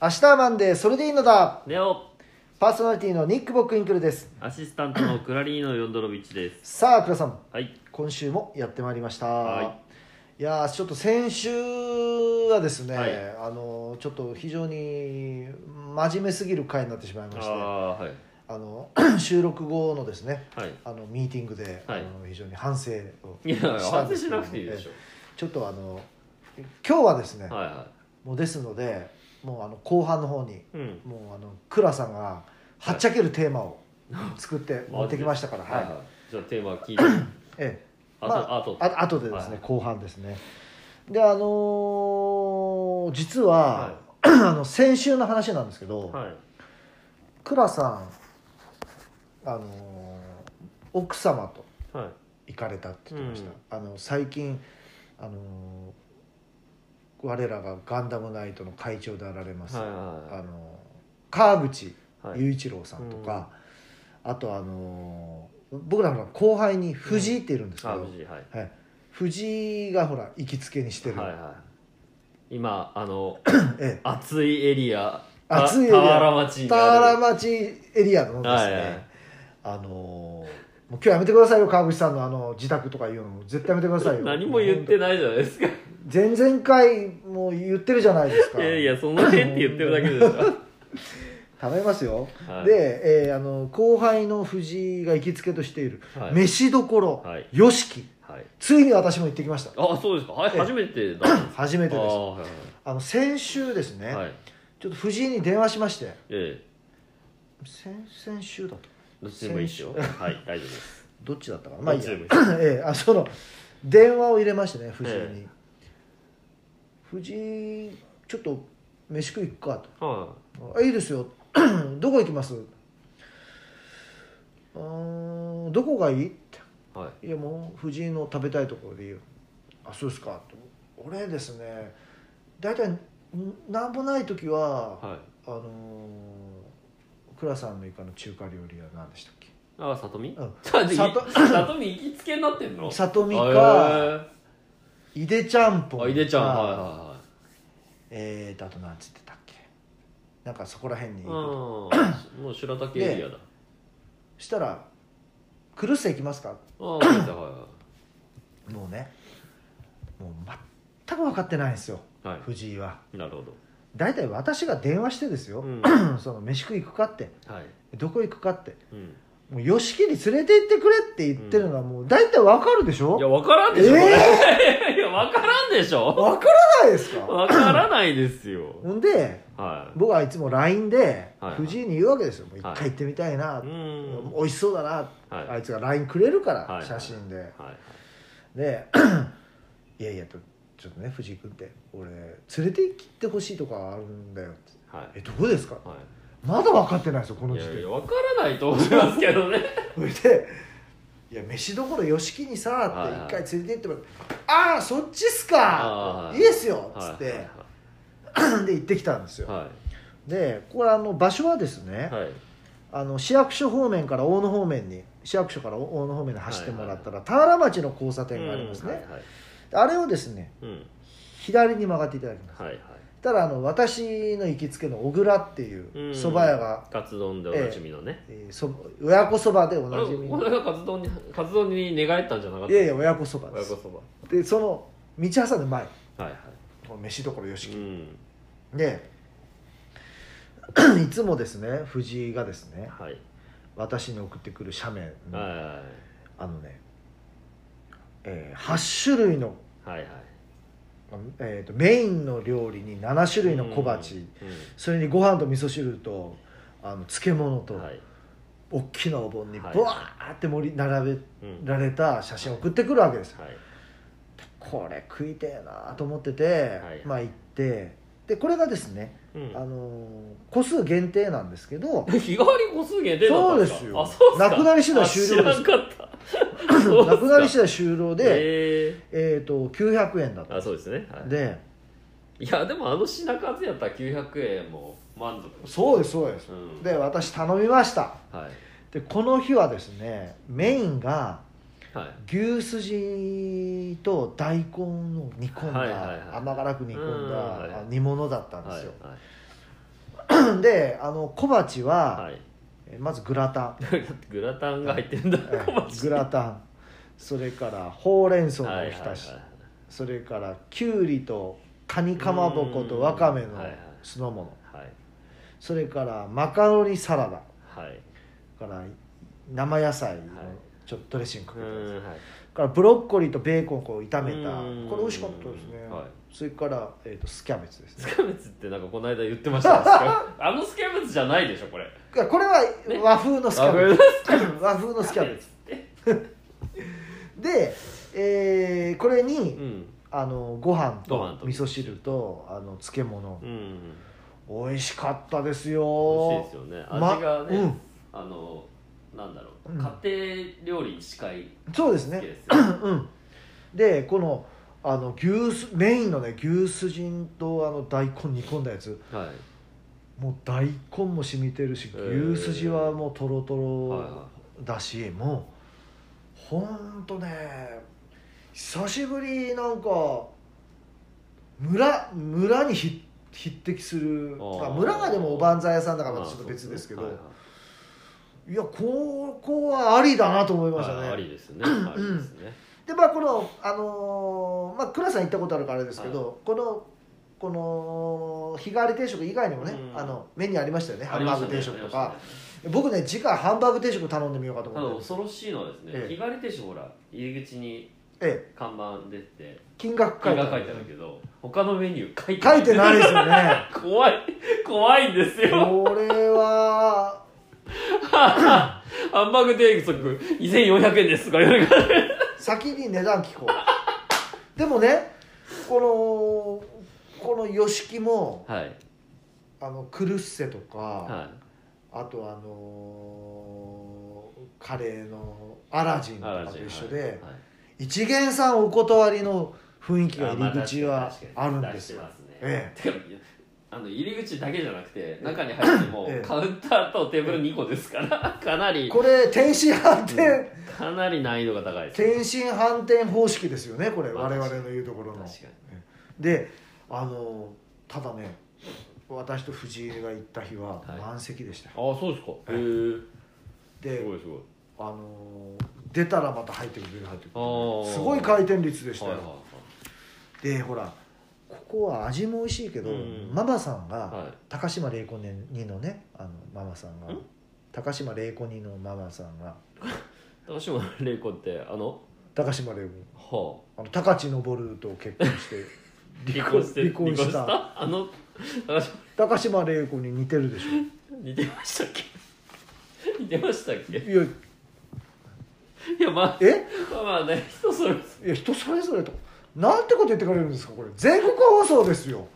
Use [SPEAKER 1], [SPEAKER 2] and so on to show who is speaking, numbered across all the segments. [SPEAKER 1] 明日はマンデーそれでいいのだ
[SPEAKER 2] レオ
[SPEAKER 1] パーソナリティのニック・ボックインクルです
[SPEAKER 2] アシスタントのクラリーノ・ヨンドロビッチです
[SPEAKER 1] さあ倉さん
[SPEAKER 2] はい
[SPEAKER 1] 今週もやってまいりました、、
[SPEAKER 2] はい
[SPEAKER 1] やーちょっと先週はですね、
[SPEAKER 2] はい
[SPEAKER 1] あのちょっと非常に真面目すぎる回になってしまいましてあ
[SPEAKER 2] ああーはい
[SPEAKER 1] の 収録後のですね
[SPEAKER 2] はい
[SPEAKER 1] あのミーティングで、
[SPEAKER 2] はい
[SPEAKER 1] あの非常に反省を
[SPEAKER 2] いや
[SPEAKER 1] したん
[SPEAKER 2] 反
[SPEAKER 1] ですけ
[SPEAKER 2] 省し
[SPEAKER 1] ど
[SPEAKER 2] なくていいでしょ
[SPEAKER 1] ちょっとあの今日はですね、
[SPEAKER 2] はいは
[SPEAKER 1] もうですのでもうあの後半の方に
[SPEAKER 2] いうん
[SPEAKER 1] もうあの倉さんがはっちゃけるテーマを作って持ってきましたから、
[SPEAKER 2] はい
[SPEAKER 1] はい
[SPEAKER 2] はいじゃあテーマ聞いて
[SPEAKER 1] ええ
[SPEAKER 2] あ
[SPEAKER 1] ま
[SPEAKER 2] とあと
[SPEAKER 1] あ後でですね、
[SPEAKER 2] はい
[SPEAKER 1] 後半ですねであのー実は、
[SPEAKER 2] は
[SPEAKER 1] あの先週の話なんですけど、
[SPEAKER 2] はい
[SPEAKER 1] 倉さん、あのー奥様と
[SPEAKER 2] は
[SPEAKER 1] 行かれたって言ってました
[SPEAKER 2] うん、
[SPEAKER 1] あの最近、あのー我らがガンダムナイトの会長であられま
[SPEAKER 2] い
[SPEAKER 1] す、あ
[SPEAKER 2] は
[SPEAKER 1] のー川口
[SPEAKER 2] いはいはい
[SPEAKER 1] 雄一郎さんとか、あとあのー僕らの後輩に藤井っているんですけど、
[SPEAKER 2] あ無事はい
[SPEAKER 1] はい、藤井がほら行きつけにしてる、
[SPEAKER 2] はいはい今あの
[SPEAKER 1] え
[SPEAKER 2] 暑いエリアた
[SPEAKER 1] 暑いエリア
[SPEAKER 2] 田原町
[SPEAKER 1] え、
[SPEAKER 2] に
[SPEAKER 1] 田
[SPEAKER 2] あ
[SPEAKER 1] 原
[SPEAKER 2] る
[SPEAKER 1] 町エリアのですね、
[SPEAKER 2] はいはい
[SPEAKER 1] あのーもう今日やめてくださいよ川口さんのあの自宅とか言うの絶対やめてくださいよ
[SPEAKER 2] 何も言ってないじゃないですかい
[SPEAKER 1] 前々回も言ってるじゃないですか
[SPEAKER 2] や いやその辺って言ってるだけです か
[SPEAKER 1] 食べますよ、
[SPEAKER 2] らはい
[SPEAKER 1] で、えーあの後輩の藤井が行きつけとしている、
[SPEAKER 2] はい
[SPEAKER 1] 飯どころ
[SPEAKER 2] はい
[SPEAKER 1] よしき
[SPEAKER 2] はい
[SPEAKER 1] ついに私も行ってきました
[SPEAKER 2] あそうですかはい
[SPEAKER 1] ええ
[SPEAKER 2] 初めてだ初
[SPEAKER 1] 初めてですあ
[SPEAKER 2] はい
[SPEAKER 1] の先週ですね、
[SPEAKER 2] はいはい
[SPEAKER 1] ちょっと藤井に電話しまして
[SPEAKER 2] え
[SPEAKER 1] 先々週だと
[SPEAKER 2] えどっちでもいいですよはい大丈夫です
[SPEAKER 1] どっちだったかなまあいいや
[SPEAKER 2] どっちでも いい
[SPEAKER 1] ええあその電話を入れましてね藤井に、
[SPEAKER 2] え
[SPEAKER 1] 藤井ちょっと飯食い行くか
[SPEAKER 2] は
[SPEAKER 1] とあいいですよ どこ行きますうーんどこがいいって
[SPEAKER 2] いはい
[SPEAKER 1] いやもう藤井の食べたいところでいいよあそうですかと俺ですね大体んなんもない時は、
[SPEAKER 2] は
[SPEAKER 1] あ
[SPEAKER 2] い
[SPEAKER 1] のー倉さんの以下の中華料理は何でしたっけ
[SPEAKER 2] あ里見
[SPEAKER 1] うん
[SPEAKER 2] 里
[SPEAKER 1] 里
[SPEAKER 2] 里見行きつけになってんの
[SPEAKER 1] 里見
[SPEAKER 2] へ
[SPEAKER 1] か
[SPEAKER 2] え
[SPEAKER 1] いでちゃんぽんか
[SPEAKER 2] あいでちゃんはいは
[SPEAKER 1] えーとあと何つってたっけなんかそこら辺に
[SPEAKER 2] いはい
[SPEAKER 1] 行く
[SPEAKER 2] うんもう白竹エリアだ
[SPEAKER 1] そしたら「クルッセ行きますか?
[SPEAKER 2] ああはいは」
[SPEAKER 1] もうねもう全く分かってないんですよ
[SPEAKER 2] いは
[SPEAKER 1] 藤井はい
[SPEAKER 2] なるほど
[SPEAKER 1] 大体私が電話してですよ、
[SPEAKER 2] うん
[SPEAKER 1] その飯食い行くかって
[SPEAKER 2] はい
[SPEAKER 1] どこ行くかって
[SPEAKER 2] うん
[SPEAKER 1] もう吉木に連れて行ってくれって言ってるのはもう大体分かるでし
[SPEAKER 2] いや
[SPEAKER 1] ょ
[SPEAKER 2] 分からんでしょ
[SPEAKER 1] ええ
[SPEAKER 2] これ いや分からんでしょ
[SPEAKER 1] 分からないですか
[SPEAKER 2] 分からないですよ
[SPEAKER 1] ほんで
[SPEAKER 2] は
[SPEAKER 1] 僕はいつも LINE で
[SPEAKER 2] はい
[SPEAKER 1] 藤井に言うわけですよもう一
[SPEAKER 2] はい
[SPEAKER 1] 回行ってみたいな、
[SPEAKER 2] いうん
[SPEAKER 1] 美味しそうだな、
[SPEAKER 2] はい
[SPEAKER 1] あいつが LINE くれるから、
[SPEAKER 2] はい
[SPEAKER 1] 写真で、
[SPEAKER 2] はい
[SPEAKER 1] で いやいやとちょっとね藤井君って俺連れて行ってほしいとかあるんだよって
[SPEAKER 2] はい
[SPEAKER 1] えどこですか
[SPEAKER 2] はい
[SPEAKER 1] まだ分かってないですよこの
[SPEAKER 2] い
[SPEAKER 1] 時
[SPEAKER 2] や
[SPEAKER 1] 点
[SPEAKER 2] い
[SPEAKER 1] で
[SPEAKER 2] や分からないと思いますけどね
[SPEAKER 1] それで「いや飯どころ吉木にさ」
[SPEAKER 2] は
[SPEAKER 1] っ
[SPEAKER 2] いはい
[SPEAKER 1] て一回連れて行ってもらって「ああそっちっすか
[SPEAKER 2] あーはいい
[SPEAKER 1] いですよ」っ
[SPEAKER 2] は
[SPEAKER 1] つ
[SPEAKER 2] い
[SPEAKER 1] って、 で行ってきたんですよ、
[SPEAKER 2] は
[SPEAKER 1] でこれあの場所はですね、
[SPEAKER 2] いはい
[SPEAKER 1] あの市役所方面から大野方面に市役所から大野方面に走ってもらったら、田原町の交差点がありますね、
[SPEAKER 2] うんはいはい
[SPEAKER 1] あれをですね
[SPEAKER 2] うん
[SPEAKER 1] 左に曲がっていただきます
[SPEAKER 2] はいはい
[SPEAKER 1] ただあの私の行きつけの小倉っていう
[SPEAKER 2] うん
[SPEAKER 1] 蕎麦屋が、
[SPEAKER 2] カツ丼でおなじみのね、
[SPEAKER 1] えーそ親子そばでお
[SPEAKER 2] あ
[SPEAKER 1] な
[SPEAKER 2] れ
[SPEAKER 1] じみ
[SPEAKER 2] この間カツ丼にカツ丼に寝返ったんじゃなかった
[SPEAKER 1] いやいや親子そばで
[SPEAKER 2] 親
[SPEAKER 1] す
[SPEAKER 2] 子そば
[SPEAKER 1] でその道挟んで前
[SPEAKER 2] はいは
[SPEAKER 1] この飯どころよし
[SPEAKER 2] い、
[SPEAKER 1] き、
[SPEAKER 2] うん、
[SPEAKER 1] で いつもですね藤井がですね
[SPEAKER 2] はい
[SPEAKER 1] 私に送ってくる写メの、
[SPEAKER 2] はいは
[SPEAKER 1] あのね、えー8種類の、
[SPEAKER 2] いはいはい
[SPEAKER 1] えーとメインの料理に7種類の小鉢、それにご飯と味噌汁とあの漬物
[SPEAKER 2] う
[SPEAKER 1] と、
[SPEAKER 2] んはい
[SPEAKER 1] 大きなお盆にバ
[SPEAKER 2] はい
[SPEAKER 1] ーって盛り並べ
[SPEAKER 2] うん
[SPEAKER 1] られた写真を送ってくるわけですよ、
[SPEAKER 2] はい
[SPEAKER 1] これ食いてえなと思ってて、
[SPEAKER 2] はい
[SPEAKER 1] まあ行ってでこれがですね、
[SPEAKER 2] う
[SPEAKER 1] あ
[SPEAKER 2] ん、
[SPEAKER 1] のー個数限定なんですけど
[SPEAKER 2] 日替わり個数限定だったん
[SPEAKER 1] そうですよ
[SPEAKER 2] あそうっすか
[SPEAKER 1] なくなり次第終了です
[SPEAKER 2] あ知らんかったそうっすか
[SPEAKER 1] なくなり次第終了で、
[SPEAKER 2] え
[SPEAKER 1] えー、と900円だ
[SPEAKER 2] ー、あ
[SPEAKER 1] と
[SPEAKER 2] そうですね、はい、
[SPEAKER 1] で
[SPEAKER 2] いやでもあの品数やったら900円も満足
[SPEAKER 1] そうですそうです
[SPEAKER 2] うん
[SPEAKER 1] で私頼みました
[SPEAKER 2] はい
[SPEAKER 1] でこの日はですねメインが
[SPEAKER 2] はい
[SPEAKER 1] 牛すじと大根を煮込んだ、
[SPEAKER 2] はいはいはい
[SPEAKER 1] 甘辛く煮込んだ、
[SPEAKER 2] うんはい
[SPEAKER 1] あ煮物だったんですよ、
[SPEAKER 2] はいは い
[SPEAKER 1] であの小鉢は、
[SPEAKER 2] はい
[SPEAKER 1] えまずグラタン
[SPEAKER 2] グラタンが入ってんだ
[SPEAKER 1] え
[SPEAKER 2] 小鉢
[SPEAKER 1] グラタンそれからほうれん草のお
[SPEAKER 2] はい
[SPEAKER 1] ひ
[SPEAKER 2] はいは
[SPEAKER 1] た
[SPEAKER 2] い
[SPEAKER 1] しそれからきゅうりとカニかまぼことわかめの
[SPEAKER 2] うんはいはい
[SPEAKER 1] 酢の物
[SPEAKER 2] はい
[SPEAKER 1] それからマカロニサラダ
[SPEAKER 2] はい
[SPEAKER 1] それから生野菜の
[SPEAKER 2] はい
[SPEAKER 1] ちょっとドレッシングかけ
[SPEAKER 2] う
[SPEAKER 1] たやつ
[SPEAKER 2] んはい
[SPEAKER 1] それからブロッコリーとベーコンをこう炒めた
[SPEAKER 2] うん
[SPEAKER 1] これ美味しかったですね
[SPEAKER 2] はい
[SPEAKER 1] それからえーと酢キャベツですね
[SPEAKER 2] スキャベツってなんかこの間言ってまし たねスキャベツあのスキャベツじゃないでしょこれ
[SPEAKER 1] いやこれは
[SPEAKER 2] ね
[SPEAKER 1] 和風のスキャベツ和風のスキャ ベツ でえーこれに
[SPEAKER 2] うん
[SPEAKER 1] あのご飯
[SPEAKER 2] ご
[SPEAKER 1] と
[SPEAKER 2] 飯と
[SPEAKER 1] 味噌汁とあの漬物
[SPEAKER 2] うん
[SPEAKER 1] 美味しかったです
[SPEAKER 2] 美味しいで
[SPEAKER 1] よ
[SPEAKER 2] すよね
[SPEAKER 1] ま
[SPEAKER 2] 味が
[SPEAKER 1] う
[SPEAKER 2] ね
[SPEAKER 1] ん
[SPEAKER 2] あのなんだろう
[SPEAKER 1] うん
[SPEAKER 2] 家庭料理に近い
[SPEAKER 1] そうです
[SPEAKER 2] 好
[SPEAKER 1] ね
[SPEAKER 2] きですよ
[SPEAKER 1] うんでこのあの牛すメインのね牛すじんとあの大根煮込んだやつ
[SPEAKER 2] はい
[SPEAKER 1] もう大根も染みてるし
[SPEAKER 2] えー
[SPEAKER 1] 牛すじはもうとろと
[SPEAKER 2] はい
[SPEAKER 1] ろ
[SPEAKER 2] は
[SPEAKER 1] だし、もうほんとね久しぶりなんか村村にひ匹敵する
[SPEAKER 2] あー
[SPEAKER 1] あ村がでもおばんざい屋さんだから
[SPEAKER 2] まあ
[SPEAKER 1] ちょっと別ですけど、
[SPEAKER 2] そうね
[SPEAKER 1] いやここはありだなと思いま
[SPEAKER 2] はい
[SPEAKER 1] した
[SPEAKER 2] はいああ
[SPEAKER 1] ね
[SPEAKER 2] りですねありですね
[SPEAKER 1] でまあこのあのーまあ倉さん行ったことあるからあれですけど、このこの日替わり定食以外にもね、
[SPEAKER 2] うん
[SPEAKER 1] あのメニューありましたよねハ
[SPEAKER 2] あ
[SPEAKER 1] ン
[SPEAKER 2] りま
[SPEAKER 1] バ
[SPEAKER 2] し
[SPEAKER 1] ー
[SPEAKER 2] た
[SPEAKER 1] グ
[SPEAKER 2] ね
[SPEAKER 1] 定食と
[SPEAKER 2] あ
[SPEAKER 1] か
[SPEAKER 2] り、ましたね
[SPEAKER 1] 僕ね次回ハンバーグ定食頼んでみようかと
[SPEAKER 2] ただ
[SPEAKER 1] 思って、
[SPEAKER 2] 恐ろしいのはですね
[SPEAKER 1] ええ
[SPEAKER 2] 日替わり定食ほら入り口に
[SPEAKER 1] ええ、
[SPEAKER 2] 看板出て
[SPEAKER 1] 金額書い
[SPEAKER 2] 書い
[SPEAKER 1] て
[SPEAKER 2] て
[SPEAKER 1] あ
[SPEAKER 2] あ
[SPEAKER 1] る
[SPEAKER 2] るけど他のメニュー書いて
[SPEAKER 1] 書いてないですよね
[SPEAKER 2] 怖い怖いんですよ
[SPEAKER 1] これは
[SPEAKER 2] ハンバーグ定食2400円ですとか言われるから
[SPEAKER 1] 先に値段聞こうでもねこのこの吉木も
[SPEAKER 2] はい
[SPEAKER 1] あのクルッセとか、
[SPEAKER 2] は
[SPEAKER 1] あとあのーカレーのアラジン
[SPEAKER 2] い
[SPEAKER 1] とかと一緒で、
[SPEAKER 2] はいはい
[SPEAKER 1] 一元さんお断りの雰囲気が
[SPEAKER 2] あまあ
[SPEAKER 1] 入り口は
[SPEAKER 2] 確か
[SPEAKER 1] あ
[SPEAKER 2] に
[SPEAKER 1] るん
[SPEAKER 2] 確かに
[SPEAKER 1] ですよ
[SPEAKER 2] 出してますね
[SPEAKER 1] え
[SPEAKER 2] てかあの入り口だけじゃなくて中に入っても
[SPEAKER 1] ええ
[SPEAKER 2] カウンターとテーブル2個ですからかなり
[SPEAKER 1] これ天津飯店
[SPEAKER 2] かなり難易度が高いです
[SPEAKER 1] 天津飯店方式ですよねこれ
[SPEAKER 2] まあ
[SPEAKER 1] 我々の言うところの
[SPEAKER 2] 確かに
[SPEAKER 1] であのーただね私と藤井が行った日は
[SPEAKER 2] はい
[SPEAKER 1] 満席でしたよ、
[SPEAKER 2] ああそうですか
[SPEAKER 1] ええ
[SPEAKER 2] へえす
[SPEAKER 1] で
[SPEAKER 2] ごいすごい
[SPEAKER 1] あのー出たらまた入ってくる入ってく
[SPEAKER 2] あー
[SPEAKER 1] るすごい回転率でしたよ、
[SPEAKER 2] はいはい
[SPEAKER 1] でほらここは味も美味しいけど、
[SPEAKER 2] うん
[SPEAKER 1] ママさんが、
[SPEAKER 2] はいはい
[SPEAKER 1] 高島玲子にのねあのママさんが
[SPEAKER 2] ん
[SPEAKER 1] 高島玲子にのママさんが
[SPEAKER 2] 高島玲子ってあの
[SPEAKER 1] 高島玲子
[SPEAKER 2] は
[SPEAKER 1] あの高知昇と結婚して
[SPEAKER 2] あ 離婚して
[SPEAKER 1] 離婚した
[SPEAKER 2] あの高島
[SPEAKER 1] 高島玲子に似てるでし
[SPEAKER 2] 似てましたっけ 似てましたっけ
[SPEAKER 1] ょいや
[SPEAKER 2] いやまあ
[SPEAKER 1] え
[SPEAKER 2] まあまあね人それぞ
[SPEAKER 1] いや人それぞれとなんてこと言ってくれるんですかこれ全国放送ですよ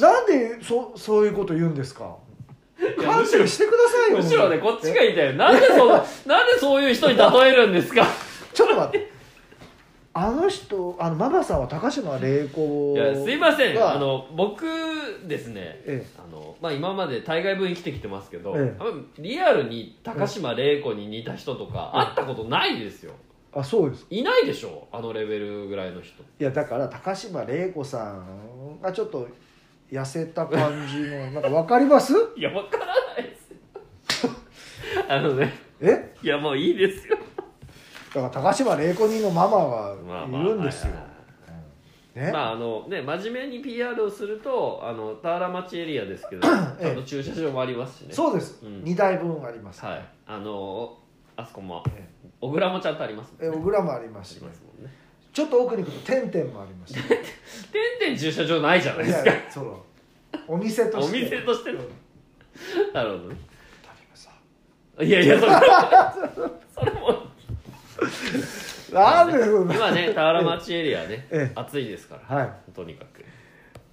[SPEAKER 1] なんでそそういうこと言うんですか
[SPEAKER 2] れいや
[SPEAKER 1] 感
[SPEAKER 2] むし
[SPEAKER 1] 謝
[SPEAKER 2] ろ
[SPEAKER 1] してくださいよ
[SPEAKER 2] むしろねこっちが言いたいよなんでその なんでそういう人に例えるんですか
[SPEAKER 1] ちょっと待ってあの人あのママさんは高島玲子
[SPEAKER 2] いやすいません
[SPEAKER 1] が
[SPEAKER 2] あの僕ですね
[SPEAKER 1] え
[SPEAKER 2] あのまあ、今まで大概分生きてきてますけど、
[SPEAKER 1] ええ
[SPEAKER 2] あんまリアルに高島玲子に似た人とか
[SPEAKER 1] ええ
[SPEAKER 2] 会ったことないですよ
[SPEAKER 1] えあそうです
[SPEAKER 2] いないでしょあのレベルぐらいの人
[SPEAKER 1] いやだから高島玲子さんがちょっと痩せた感じのなんかわかります
[SPEAKER 2] いやわからないですよ あのね
[SPEAKER 1] え
[SPEAKER 2] いやもういいですよ
[SPEAKER 1] だから高島玲子人のマ
[SPEAKER 2] まあ
[SPEAKER 1] マ
[SPEAKER 2] ま
[SPEAKER 1] が
[SPEAKER 2] あ
[SPEAKER 1] いるんですよ
[SPEAKER 2] はいはいはい
[SPEAKER 1] ね、
[SPEAKER 2] まああのね、真面目に PR をするとあの田原町エリアですけど
[SPEAKER 1] ええ
[SPEAKER 2] あの駐車場もありますしね
[SPEAKER 1] そうです、
[SPEAKER 2] うん
[SPEAKER 1] 二2台分あります、
[SPEAKER 2] はいあのあそこも
[SPEAKER 1] え
[SPEAKER 2] 小倉もちゃんとありますもん
[SPEAKER 1] え
[SPEAKER 2] ね
[SPEAKER 1] 小倉もありますし、
[SPEAKER 2] ありますもんね
[SPEAKER 1] ちょっと奥に行くと点々もありますし
[SPEAKER 2] てんてん駐車場ないじゃない
[SPEAKER 1] い
[SPEAKER 2] です
[SPEAKER 1] や
[SPEAKER 2] か
[SPEAKER 1] そのお店と
[SPEAKER 2] お
[SPEAKER 1] して
[SPEAKER 2] 店としての
[SPEAKER 1] うん
[SPEAKER 2] なるほどね
[SPEAKER 1] だけどさ
[SPEAKER 2] いやいやそれ もそれも
[SPEAKER 1] なんでそんな
[SPEAKER 2] 今ね田原町エリアね、
[SPEAKER 1] ええ
[SPEAKER 2] 暑いですから、
[SPEAKER 1] は
[SPEAKER 2] とにかく
[SPEAKER 1] い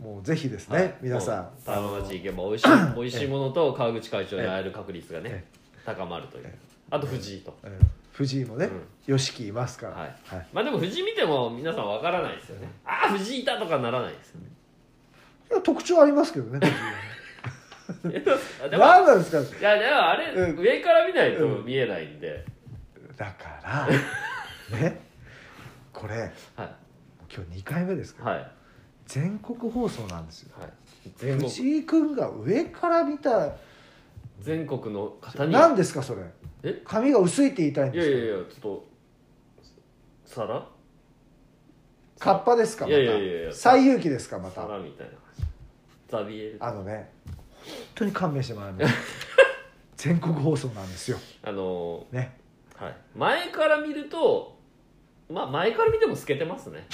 [SPEAKER 1] もうぜひですね、
[SPEAKER 2] はい
[SPEAKER 1] 皆さん
[SPEAKER 2] もう田原町行けば美味しい美味しいものと川口会長に会える確率がね
[SPEAKER 1] え
[SPEAKER 2] 高まるという
[SPEAKER 1] え
[SPEAKER 2] あと藤井と
[SPEAKER 1] え藤井もね、吉木いますから、
[SPEAKER 2] はいまあでも藤井見ても皆さんわからないですよねああ藤井いたとかならないですよね
[SPEAKER 1] いや特徴ありますけ どね藤井は
[SPEAKER 2] あでも
[SPEAKER 1] 何なんですか
[SPEAKER 2] いやでもあれ、
[SPEAKER 1] うん
[SPEAKER 2] 上から見ないと
[SPEAKER 1] うん
[SPEAKER 2] 見えないんで、
[SPEAKER 1] だからねこれ
[SPEAKER 2] はい
[SPEAKER 1] 今日2回目ですか
[SPEAKER 2] はい
[SPEAKER 1] 全国放送なんですよ
[SPEAKER 2] はい、全国
[SPEAKER 1] 藤井君が上から見た
[SPEAKER 2] 全国の方に
[SPEAKER 1] 何ですかそれ
[SPEAKER 2] え
[SPEAKER 1] 髪が薄いって言いたいん
[SPEAKER 2] い
[SPEAKER 1] で
[SPEAKER 2] や
[SPEAKER 1] す
[SPEAKER 2] い
[SPEAKER 1] か
[SPEAKER 2] やいやちょっと皿
[SPEAKER 1] カッパですかま
[SPEAKER 2] い
[SPEAKER 1] た
[SPEAKER 2] やいやいやいや
[SPEAKER 1] 西遊記ですかまた
[SPEAKER 2] 皿みたいなザビエルあ
[SPEAKER 1] あのね本当に勘弁してもらえます 全国放送なんですよ
[SPEAKER 2] の
[SPEAKER 1] ね
[SPEAKER 2] ーはい、前から見るとまあ前から見ても透けてますね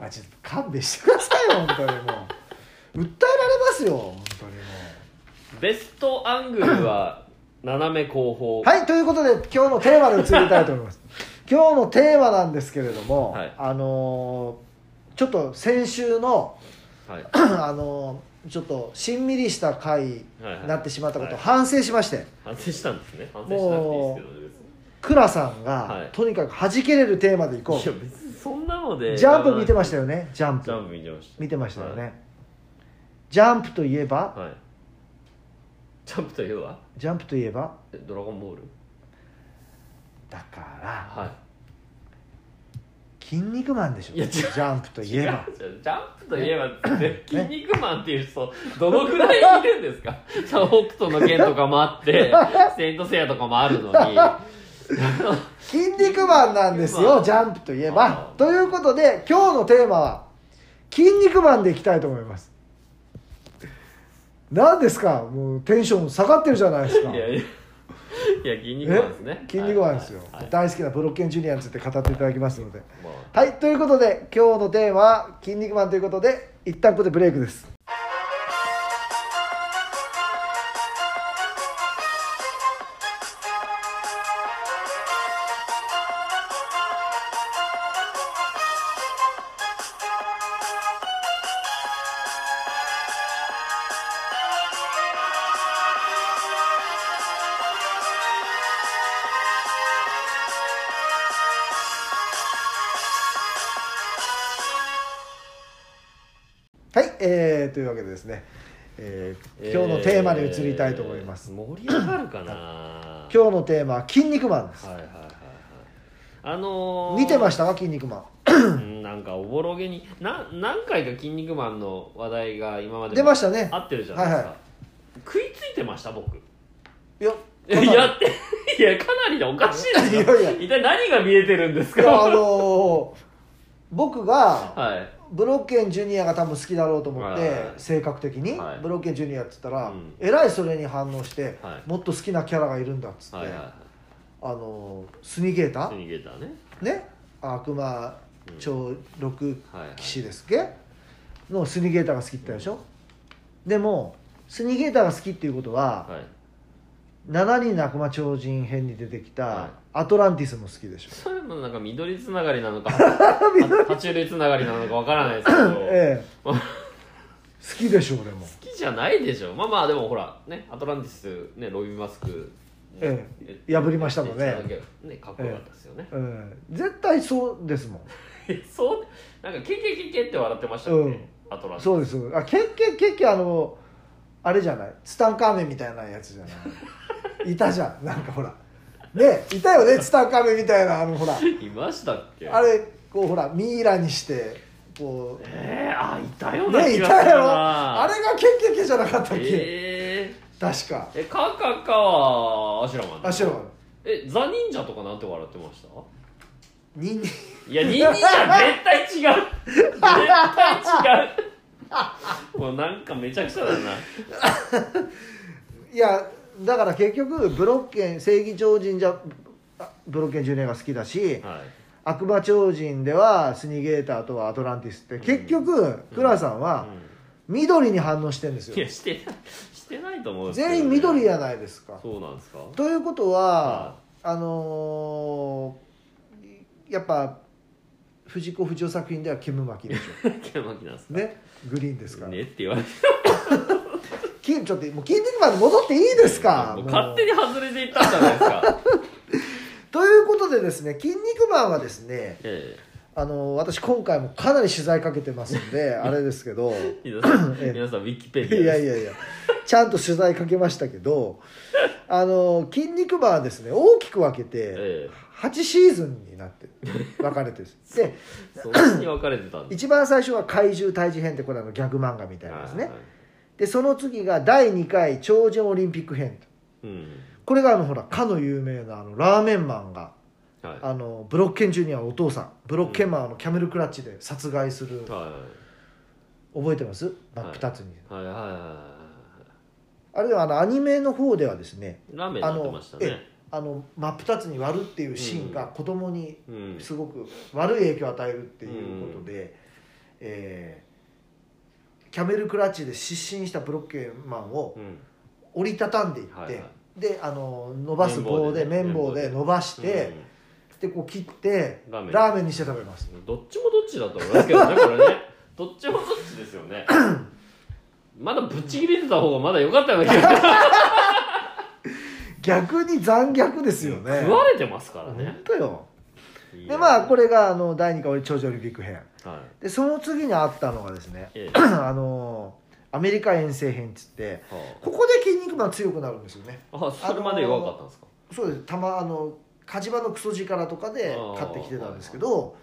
[SPEAKER 1] あちょっと勘弁してくださいよ本当に もう訴えられますよ本当にも
[SPEAKER 2] ベストアングル は斜め後方
[SPEAKER 1] うはいということで今日のテーマに移りたいと思います 今日のテーマなんですけれども、
[SPEAKER 2] はい
[SPEAKER 1] あのーちょっと先週の
[SPEAKER 2] はい
[SPEAKER 1] あのーちょっとしんみりした回に
[SPEAKER 2] はいはい
[SPEAKER 1] なってしまったことを
[SPEAKER 2] はい
[SPEAKER 1] 反省しまして、
[SPEAKER 2] 反省したんですね反省しなくていいですけどね
[SPEAKER 1] クラさんが、
[SPEAKER 2] はい
[SPEAKER 1] とにかく弾けれるテーマでい
[SPEAKER 2] 別に
[SPEAKER 1] こ
[SPEAKER 2] いや別にそんなの
[SPEAKER 1] う
[SPEAKER 2] で
[SPEAKER 1] ジャンプ見てましたよねジャンプ
[SPEAKER 2] ジャンプ見てました
[SPEAKER 1] 見てましたよね、
[SPEAKER 2] は
[SPEAKER 1] ジャンプといえば、
[SPEAKER 2] い、はいジャンプというは
[SPEAKER 1] ジャンプといえば
[SPEAKER 2] えドラゴンボール
[SPEAKER 1] だから
[SPEAKER 2] はい
[SPEAKER 1] 「筋肉マン」でしょ
[SPEAKER 2] いや違う
[SPEAKER 1] ジャンプといえば
[SPEAKER 2] 違う違うジャンプといえば、ね、筋肉マンっていう人どのぐらいいる んですかさ北斗の拳とかもあって「セイント・セイヤ」とかもあるの に
[SPEAKER 1] 「筋肉マン」なんですよ
[SPEAKER 2] 筋肉マン
[SPEAKER 1] ジャンプといえ
[SPEAKER 2] あ
[SPEAKER 1] ば
[SPEAKER 2] ー
[SPEAKER 1] ということで今日のテーマは「筋肉マン」でいきたいと思います何ですかもうテンション下がってるじゃないですか
[SPEAKER 2] いやいやいや筋肉マンですね
[SPEAKER 1] え筋肉マンですよ、
[SPEAKER 2] はいはい
[SPEAKER 1] 大好きなブロッケンジュニアについて語っていただきますので
[SPEAKER 2] まあ
[SPEAKER 1] はいということで今日のテーマは「筋肉マン」ということで一旦ここでブレイクですはい、えー、というわけでですね、えー今日のテーマに移りたいと思います、
[SPEAKER 2] えー盛り上がるかな
[SPEAKER 1] 今日のテーマは「筋肉マン」です、
[SPEAKER 2] はいはいはいはいあのー、
[SPEAKER 1] 見てましたか筋肉マン
[SPEAKER 2] うんなんかおぼろげにな何回か「筋肉マン」の話題が今まで
[SPEAKER 1] 出ましたね
[SPEAKER 2] 合ってるじゃないです
[SPEAKER 1] はい
[SPEAKER 2] か、
[SPEAKER 1] は
[SPEAKER 2] 食いついてました僕
[SPEAKER 1] いや
[SPEAKER 2] いややっていやかなりでおかしいですよ
[SPEAKER 1] いやいや
[SPEAKER 2] 一体何が見えてるんです
[SPEAKER 1] いやあ
[SPEAKER 2] か
[SPEAKER 1] のー僕が
[SPEAKER 2] はい
[SPEAKER 1] ブロッケンジュニアが多分好きだろうと思って、
[SPEAKER 2] はいはい
[SPEAKER 1] 性格的に、
[SPEAKER 2] はい
[SPEAKER 1] ブロッケンジュニアって言ったら、
[SPEAKER 2] うん
[SPEAKER 1] えらいそれに反応して、
[SPEAKER 2] はい
[SPEAKER 1] もっと好きなキャラがいるんだっつって、
[SPEAKER 2] はいはいは
[SPEAKER 1] あのースニゲータ
[SPEAKER 2] い
[SPEAKER 1] ー、
[SPEAKER 2] 逃げたね
[SPEAKER 1] ね悪魔超六
[SPEAKER 2] はいはい
[SPEAKER 1] 騎士ですっけ、のスニゲーターが好きって言ったでしょ、でもスニゲーターが好きっていうことは、
[SPEAKER 2] はい
[SPEAKER 1] 7人の悪魔超人編に出てき
[SPEAKER 2] は
[SPEAKER 1] た
[SPEAKER 2] い
[SPEAKER 1] アトランティスも好きでしょ、
[SPEAKER 2] それもなんか緑つながりなの かは爬虫類つながりなのかわからないですけど
[SPEAKER 1] ええ好きでしょ俺も
[SPEAKER 2] 好きじゃないでしょまあまあでもほらねアトランティスねロビンマスク、
[SPEAKER 1] ええ破りましたもんね
[SPEAKER 2] ねかっこよかったですよね、
[SPEAKER 1] うん絶対そうですもん
[SPEAKER 2] そうなんかケケケケって笑ってましたよね、アトランティス
[SPEAKER 1] そうですそうですあけっけけっけあのあれじゃないツタンカーメンみたいなやつじゃない いたじゃんなんかほらねいたよねツタンカーメンみたいなあのほら
[SPEAKER 2] いましたっけ
[SPEAKER 1] あれこうほらミイラにしてこう
[SPEAKER 2] えー、あいた ような
[SPEAKER 1] ね
[SPEAKER 2] 気
[SPEAKER 1] い
[SPEAKER 2] がするな、
[SPEAKER 1] たよあれがけっけけじゃなかったっけ、
[SPEAKER 2] え
[SPEAKER 1] 確か
[SPEAKER 2] ー、えカカカはアシュラマン
[SPEAKER 1] あ知らん
[SPEAKER 2] えザ忍者とかなんて笑ってました
[SPEAKER 1] 人間
[SPEAKER 2] い や忍者絶対違う絶対違うもうなんかめちゃくちゃだない
[SPEAKER 1] やだから結局ブロッケン正義超人じゃあブロッケンジュニアが好きだし
[SPEAKER 2] はい
[SPEAKER 1] 悪魔超人ではスニゲーターとはアトランティスって結局クラさんは緑に反応してるんです
[SPEAKER 2] いや
[SPEAKER 1] よ
[SPEAKER 2] してないしてないと思うんですけどね
[SPEAKER 1] 全員緑じゃないですか
[SPEAKER 2] そうなんですか
[SPEAKER 1] ということはあのーやっぱ藤子不二雄作品では煙巻でし
[SPEAKER 2] ケマキなんです
[SPEAKER 1] ょ
[SPEAKER 2] か
[SPEAKER 1] ねグリーンですから、
[SPEAKER 2] ねって言われて
[SPEAKER 1] 金ちょっともう筋肉まで戻っていいですか
[SPEAKER 2] もう
[SPEAKER 1] もう
[SPEAKER 2] 勝手に外れていったんじゃないですか
[SPEAKER 1] ということでですね「筋肉マン」はですね
[SPEAKER 2] え
[SPEAKER 1] あの私今回もかなり取材かけてますん であれですけど
[SPEAKER 2] 皆さん、
[SPEAKER 1] ええ
[SPEAKER 2] 皆さんウィキペディア
[SPEAKER 1] いやい
[SPEAKER 2] や
[SPEAKER 1] やいやちゃんと取材かけましたけどあの「筋肉マン」はですね大きく分けて
[SPEAKER 2] え
[SPEAKER 1] 8シーズンになって分かれてるん ですで
[SPEAKER 2] えそんなに分かれてたんです
[SPEAKER 1] 一番最初は「怪獣退治編」ってこれあのギャグ漫画みたいなですねでその次が第2回超人オリンピック編
[SPEAKER 2] うん
[SPEAKER 1] これがあのほらかの有名なあのラーメンマンが
[SPEAKER 2] はいは
[SPEAKER 1] あのブロッケンジュニアのお父さんブロッケンマンをあのキャメルクラッチで殺害する
[SPEAKER 2] いはい
[SPEAKER 1] 覚えてます真っ二つに、
[SPEAKER 2] はいはいはい
[SPEAKER 1] あれではあのアニメの方ではですね
[SPEAKER 2] ラーメンになってました
[SPEAKER 1] あ
[SPEAKER 2] ね
[SPEAKER 1] のあの真っ二つに割るっていうシーンが
[SPEAKER 2] う
[SPEAKER 1] 子供に
[SPEAKER 2] うん
[SPEAKER 1] すごく悪い影響を与えるっていうことで、えーキャメルクラッチで失神したブロッケンマンを
[SPEAKER 2] うん
[SPEAKER 1] 折りたたんでいって、
[SPEAKER 2] はいはい
[SPEAKER 1] であの伸ばす棒で
[SPEAKER 2] 綿
[SPEAKER 1] 綿
[SPEAKER 2] 棒
[SPEAKER 1] 棒
[SPEAKER 2] でね
[SPEAKER 1] で伸ばして、でこう切って
[SPEAKER 2] ラーメン
[SPEAKER 1] ラーメンにして食べます
[SPEAKER 2] うんどっちもどっちだと思いますけどねこ れねどっちもどっちですよ ねまだぶっちぎれてた方がまだ良かったような気がしま
[SPEAKER 1] 逆に残虐です
[SPEAKER 2] す
[SPEAKER 1] よね
[SPEAKER 2] 食われてますから
[SPEAKER 1] 本
[SPEAKER 2] ね
[SPEAKER 1] 当よ
[SPEAKER 2] いや
[SPEAKER 1] でまあこれがあの第2回長女オリンピック編
[SPEAKER 2] はい
[SPEAKER 1] でその次にあったのがですね
[SPEAKER 2] ええ
[SPEAKER 1] あのアメリカ遠征編っつって
[SPEAKER 2] は
[SPEAKER 1] ここで筋肉マン強くなるんですよね
[SPEAKER 2] ああそれまで弱かったんですか
[SPEAKER 1] そうですたまあの火事場のクソ力とかで買ってきてたんですけど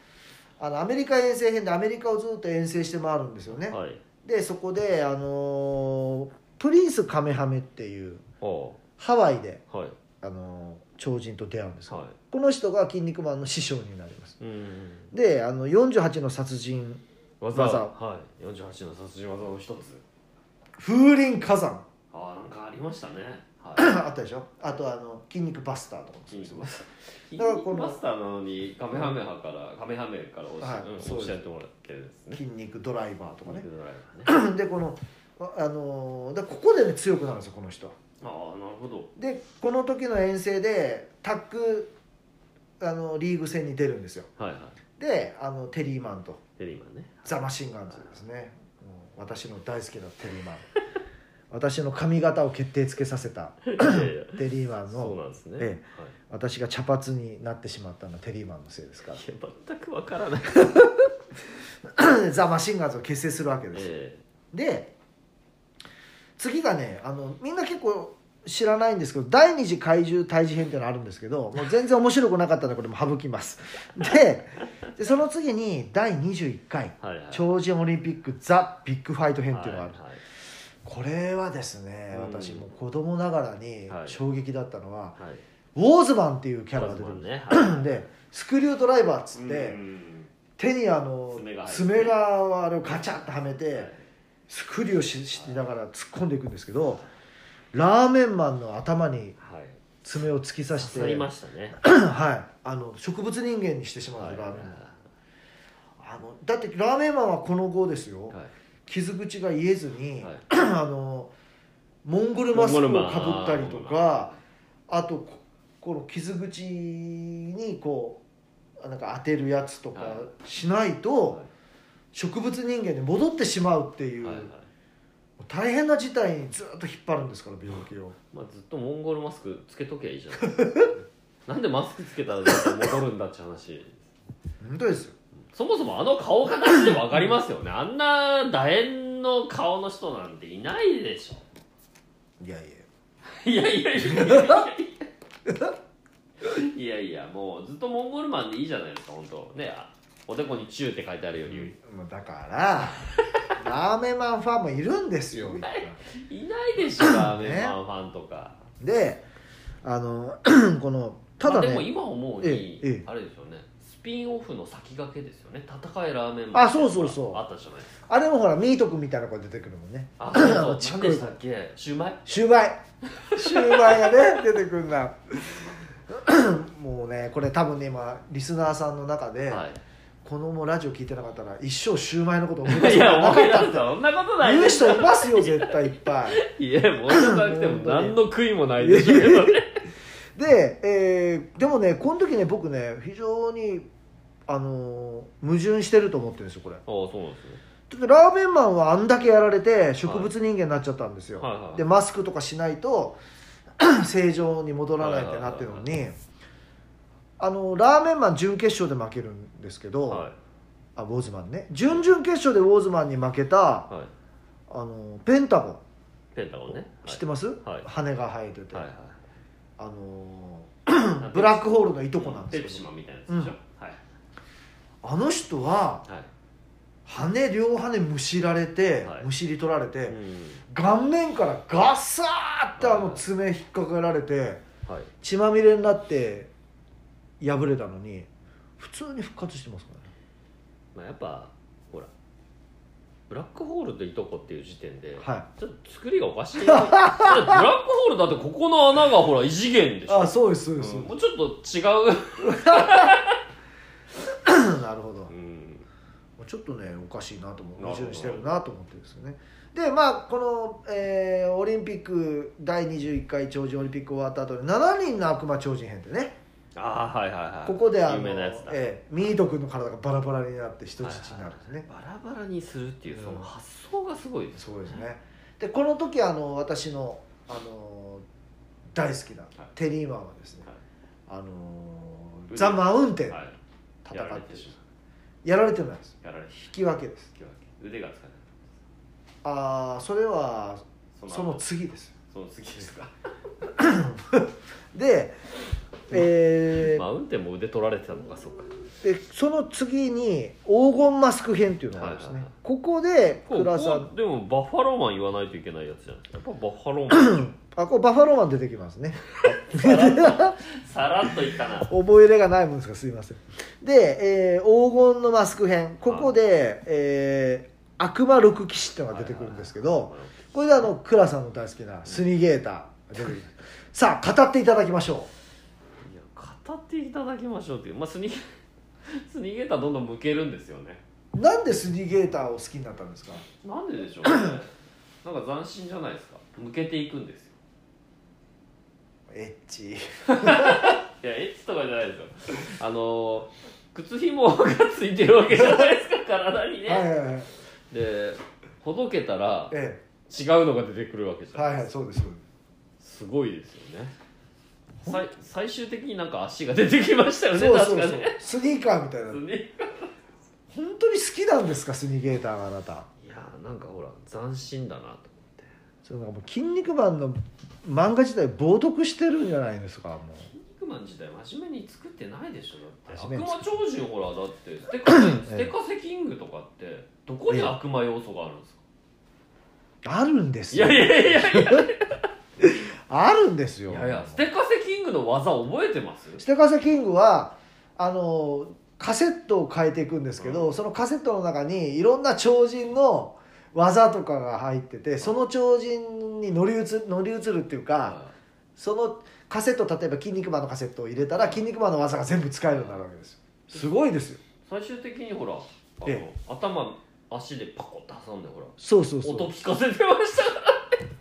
[SPEAKER 1] あのアメリカ遠征編でアメリカをずっと遠征して回るんですよね、
[SPEAKER 2] はい
[SPEAKER 1] でそこであのプリンスカメハメっていう
[SPEAKER 2] は
[SPEAKER 1] ハワイで
[SPEAKER 2] あはい
[SPEAKER 1] あの超人と出会うんですよ
[SPEAKER 2] は
[SPEAKER 1] この人が「筋肉マン」の師匠になります
[SPEAKER 2] いうん
[SPEAKER 1] であの48の殺人
[SPEAKER 2] 技
[SPEAKER 1] 技
[SPEAKER 2] はい48の殺人技の一つ
[SPEAKER 1] 風林火山
[SPEAKER 2] ああなんかありましたねはい
[SPEAKER 1] あったでしょあとあの筋肉バスターとか
[SPEAKER 2] 筋肉マスター
[SPEAKER 1] だから
[SPEAKER 2] 筋
[SPEAKER 1] この
[SPEAKER 2] 肉マスターなのにカメハメハからカメハメから教
[SPEAKER 1] はい
[SPEAKER 2] えうん
[SPEAKER 1] そうです
[SPEAKER 2] 教えてもらってるんですね
[SPEAKER 1] 筋肉ドライバーとかね
[SPEAKER 2] 筋肉ドライバー ね
[SPEAKER 1] でこのああのでここでね強くなるんですよこの人は
[SPEAKER 2] ああなるほど
[SPEAKER 1] でこの時の遠征でタッグあのリーグ戦に出るんですよ
[SPEAKER 2] はいはい
[SPEAKER 1] であのテリーマンと
[SPEAKER 2] テリーマンね
[SPEAKER 1] ザ・マシンガンズですねもう私の大好きなテリー マン私の髪型を決定つけさせた
[SPEAKER 2] いや いや
[SPEAKER 1] テリーマン
[SPEAKER 2] そう
[SPEAKER 1] の
[SPEAKER 2] なんですね、
[SPEAKER 1] え
[SPEAKER 2] はい
[SPEAKER 1] 私が茶髪になってしまったのはテリーマンのせいですから
[SPEAKER 2] いや全くわか らない、
[SPEAKER 1] ザ・マシンガンズを結成するわけです、
[SPEAKER 2] え
[SPEAKER 1] で次がねあのみんな結構知らないんですけど第二次怪獣退治編っていうのあるんですけどもう全然面白くなかったのでこれも省きますででその次に第21回
[SPEAKER 2] えはいはい
[SPEAKER 1] 超人オリンピックザ・ビッグファイト編っていうのがある、
[SPEAKER 2] はい
[SPEAKER 1] これはですね
[SPEAKER 2] うん
[SPEAKER 1] 私も子供ながらに
[SPEAKER 2] はい
[SPEAKER 1] 衝撃だったのは、
[SPEAKER 2] はいはい
[SPEAKER 1] ウォーズマンっていうキャラが
[SPEAKER 2] バ
[SPEAKER 1] 出
[SPEAKER 2] ズ
[SPEAKER 1] てく
[SPEAKER 2] マ
[SPEAKER 1] る
[SPEAKER 2] ン
[SPEAKER 1] んで
[SPEAKER 2] ね、は
[SPEAKER 1] す でスクリュードライバーっ
[SPEAKER 2] い
[SPEAKER 1] つって、
[SPEAKER 2] うん
[SPEAKER 1] 手にあの
[SPEAKER 2] 爪が入って
[SPEAKER 1] 爪があれをガチャッとはめて、
[SPEAKER 2] はい
[SPEAKER 1] スクリューをししながら突っ込んでいくんですけどラーメンマンの頭に
[SPEAKER 2] はい
[SPEAKER 1] 爪を突き刺して
[SPEAKER 2] 刺さりましたね
[SPEAKER 1] はい、あの植物人間にしてしま
[SPEAKER 2] は
[SPEAKER 1] う
[SPEAKER 2] い
[SPEAKER 1] んですラー
[SPEAKER 2] は
[SPEAKER 1] メンマン、あのだってラーメンマンはこの後ですよ、
[SPEAKER 2] いはい
[SPEAKER 1] 傷口が癒えずに、
[SPEAKER 2] はい
[SPEAKER 1] あのモンゴルマスクをかぶったりと
[SPEAKER 2] モンゴル
[SPEAKER 1] かあとここの傷口にこうなんか当てるやつとか
[SPEAKER 2] は
[SPEAKER 1] しないと、植物人間に戻ってしまうっていう、
[SPEAKER 2] はいはい
[SPEAKER 1] 大変な事態にずっと引っ張るんですから病気を
[SPEAKER 2] まあ、ずっとモンゴルマスクつけときゃいいじゃん なんでマスクつけたらずっと戻るんだって話
[SPEAKER 1] 本当ですよ
[SPEAKER 2] そもそもあの顔形で分かりますよねあんな楕円の顔の人なんていないでしょ
[SPEAKER 1] いやいや
[SPEAKER 2] いやいやい やいやいやいやいやもうずっとモンゴルマンでいいじゃないですか本当ねあおでこに「中」って書いてあるより
[SPEAKER 1] まあだからラーメンマンファンもいるんです よ
[SPEAKER 2] いないでしょラーメンマンファンとか、
[SPEAKER 1] であの このた
[SPEAKER 2] ただ、
[SPEAKER 1] だ
[SPEAKER 2] でも
[SPEAKER 1] ね
[SPEAKER 2] 今思う
[SPEAKER 1] え
[SPEAKER 2] に、
[SPEAKER 1] えええ
[SPEAKER 2] あれですよねスピンオフの先駆けですよね戦いラーメン
[SPEAKER 1] あそうそうそう
[SPEAKER 2] あったじゃないですか
[SPEAKER 1] あれもほらミート君みたいな子出てくるもんね
[SPEAKER 2] あそうそう
[SPEAKER 1] ちっ
[SPEAKER 2] 何
[SPEAKER 1] こい
[SPEAKER 2] でしたっけシューマイ
[SPEAKER 1] シュウマイ シュウマイがね出てくるんだ もうねこれ多分ね今リスナーさんの中で、
[SPEAKER 2] は
[SPEAKER 1] このもうラジオ聞いてなかったら一生シュウマイのこと思い出
[SPEAKER 2] いい
[SPEAKER 1] す
[SPEAKER 2] や
[SPEAKER 1] な
[SPEAKER 2] お
[SPEAKER 1] か
[SPEAKER 2] 前
[SPEAKER 1] った
[SPEAKER 2] なんそんなことない
[SPEAKER 1] 言う
[SPEAKER 2] でし
[SPEAKER 1] 人い
[SPEAKER 2] ょ
[SPEAKER 1] ますよ絶対いっぱい
[SPEAKER 2] いやもうちょっとなくても何の悔いもないでしょうけどね
[SPEAKER 1] で、えーでもねこの時ね僕ね非常にあのー矛盾してると思ってるんですよこれだ
[SPEAKER 2] あそうなんですね
[SPEAKER 1] ってラーメンマンはあんだけやられて植物人間になっちゃったんですよ、
[SPEAKER 2] はいはいはい
[SPEAKER 1] でマス クとかしないと正常に戻らないってなってるのに、あのラーメンマン準決勝で負けるんですけど、
[SPEAKER 2] は
[SPEAKER 1] あウォーズマンね準々決勝でウォーズマンに負けた
[SPEAKER 2] いはい
[SPEAKER 1] あのペンタゴン
[SPEAKER 2] ペンタゴンね
[SPEAKER 1] 知ってます、
[SPEAKER 2] はい
[SPEAKER 1] 羽が生えてて、
[SPEAKER 2] はい
[SPEAKER 1] あの
[SPEAKER 2] は い
[SPEAKER 1] ブラックホールのいとこなん
[SPEAKER 2] ペ
[SPEAKER 1] で
[SPEAKER 2] プ
[SPEAKER 1] す
[SPEAKER 2] シ
[SPEAKER 1] けど
[SPEAKER 2] マンみたいなやつでしょ、はい
[SPEAKER 1] あの人は
[SPEAKER 2] は
[SPEAKER 1] 羽両羽むしられて、
[SPEAKER 2] はい
[SPEAKER 1] むしり取られて、
[SPEAKER 2] い、うん
[SPEAKER 1] 顔面からガサーってあの爪引っ掛けられて
[SPEAKER 2] はい、
[SPEAKER 1] 血まみれになって破れたのに普通に復活してますからね
[SPEAKER 2] まあ、やっぱほらブラックホールといとこっていう時点で、
[SPEAKER 1] は
[SPEAKER 2] ちょっと作りがおかしいだ ってブラックホールだってここの穴がほら異次元でしょ
[SPEAKER 1] あそうですそうです、
[SPEAKER 2] うんもうちょっと違う、
[SPEAKER 1] なるほど
[SPEAKER 2] うん、
[SPEAKER 1] ちょっとねおかしいなと思う
[SPEAKER 2] な
[SPEAKER 1] 矛
[SPEAKER 2] るほど
[SPEAKER 1] 盾してるなと思ってですねでまあこの、えーオリンピック第21回超人オリンピック終わった後に7人の悪魔超人編でね
[SPEAKER 2] ああはいはいはい
[SPEAKER 1] ここであ
[SPEAKER 2] 有
[SPEAKER 1] の
[SPEAKER 2] 名なやつだ、
[SPEAKER 1] えーミート君の体がバラバラになって人質になるんですね、
[SPEAKER 2] バラバラにするっていうその発想がすごいです、
[SPEAKER 1] そうですねでこの時あの私のあの大好きなテリーマンはですね、
[SPEAKER 2] はい
[SPEAKER 1] あのザ・マウンテン
[SPEAKER 2] はい、
[SPEAKER 1] 戦
[SPEAKER 2] や
[SPEAKER 1] っ
[SPEAKER 2] られ
[SPEAKER 1] て
[SPEAKER 2] て
[SPEAKER 1] る
[SPEAKER 2] し
[SPEAKER 1] やられてないです
[SPEAKER 2] まうやられて
[SPEAKER 1] 引き分けです
[SPEAKER 2] 引き分け腕が使えない
[SPEAKER 1] ああそれはその
[SPEAKER 2] 後
[SPEAKER 1] 次です
[SPEAKER 2] その次ですか
[SPEAKER 1] で,、えー
[SPEAKER 2] マウンテンも腕取られてたのかそうか
[SPEAKER 1] でその次に黄金マスク編っていうのがあるんですね、
[SPEAKER 2] はいはいはい
[SPEAKER 1] ここで
[SPEAKER 2] こう
[SPEAKER 1] 倉さん
[SPEAKER 2] こうでもバッファローマン言わないといけないやつじゃないですかやっぱバッファローマン
[SPEAKER 1] あこうバファローマン出てきますね
[SPEAKER 2] さらっといったな
[SPEAKER 1] 覚え入れがないもんですからすいませんで、えー黄金のマスク編ここで、えー悪魔六騎士っていうのが出てくるんですけど、これであの倉さんの大好きなスニゲーターが出てくるさあ語っていただきましょ
[SPEAKER 2] いや語っていただきましょうっていうまあス ニースニーゲーターどんどん向けるんですよね
[SPEAKER 1] うなんでスニゲーターを好きになったんですか
[SPEAKER 2] なんででしょうねなんか斬新じゃないですか向けていくんですよ
[SPEAKER 1] エッチ
[SPEAKER 2] いやエッチとかじゃないですよあの靴ひもがついてるわけじゃないですか体にね、
[SPEAKER 1] はいはいはい
[SPEAKER 2] でほどけたら
[SPEAKER 1] え
[SPEAKER 2] 違うのが出てくるわけじ
[SPEAKER 1] え
[SPEAKER 2] ゃない
[SPEAKER 1] はいはいそうですそうです
[SPEAKER 2] すごいですよねさい最終的になんか足が出てきましたよね
[SPEAKER 1] そうそうそ
[SPEAKER 2] 確か
[SPEAKER 1] う
[SPEAKER 2] ね
[SPEAKER 1] スニーカーみたいな
[SPEAKER 2] スニー
[SPEAKER 1] 本当に好きなんですかスニーゲーターがあなた
[SPEAKER 2] いやなんかほら斬新だなと思って
[SPEAKER 1] それなんかもう筋肉マンの漫画自体冒涜してるんじゃないですかも
[SPEAKER 2] キン肉マン自体真面目に作ってないでしょだっ
[SPEAKER 1] 真
[SPEAKER 2] て悪
[SPEAKER 1] 面目に
[SPEAKER 2] 魔超人ほらだってステカステカセキングとかってどこに悪魔要素があるんです
[SPEAKER 1] う
[SPEAKER 2] か
[SPEAKER 1] あるんです
[SPEAKER 2] い
[SPEAKER 1] よ
[SPEAKER 2] やいやいやいやい
[SPEAKER 1] あるんですよ
[SPEAKER 2] やいやステカセキングの技覚えてます
[SPEAKER 1] ステカセキングはあのカセットを変えていくんですけど、そのカセットの中にいろんな超人の技とかが入っててその超人に乗り移乗り移るっていうかそのカセット例えば「筋肉マン」のカセットを入れたら「筋肉マン」の技が全部使えるようになるわけですよすごいですよ
[SPEAKER 2] 最終的にほらあの
[SPEAKER 1] え
[SPEAKER 2] 頭足でパコッと挟んでほら
[SPEAKER 1] そうそうそう
[SPEAKER 2] 音聞かせてましたからね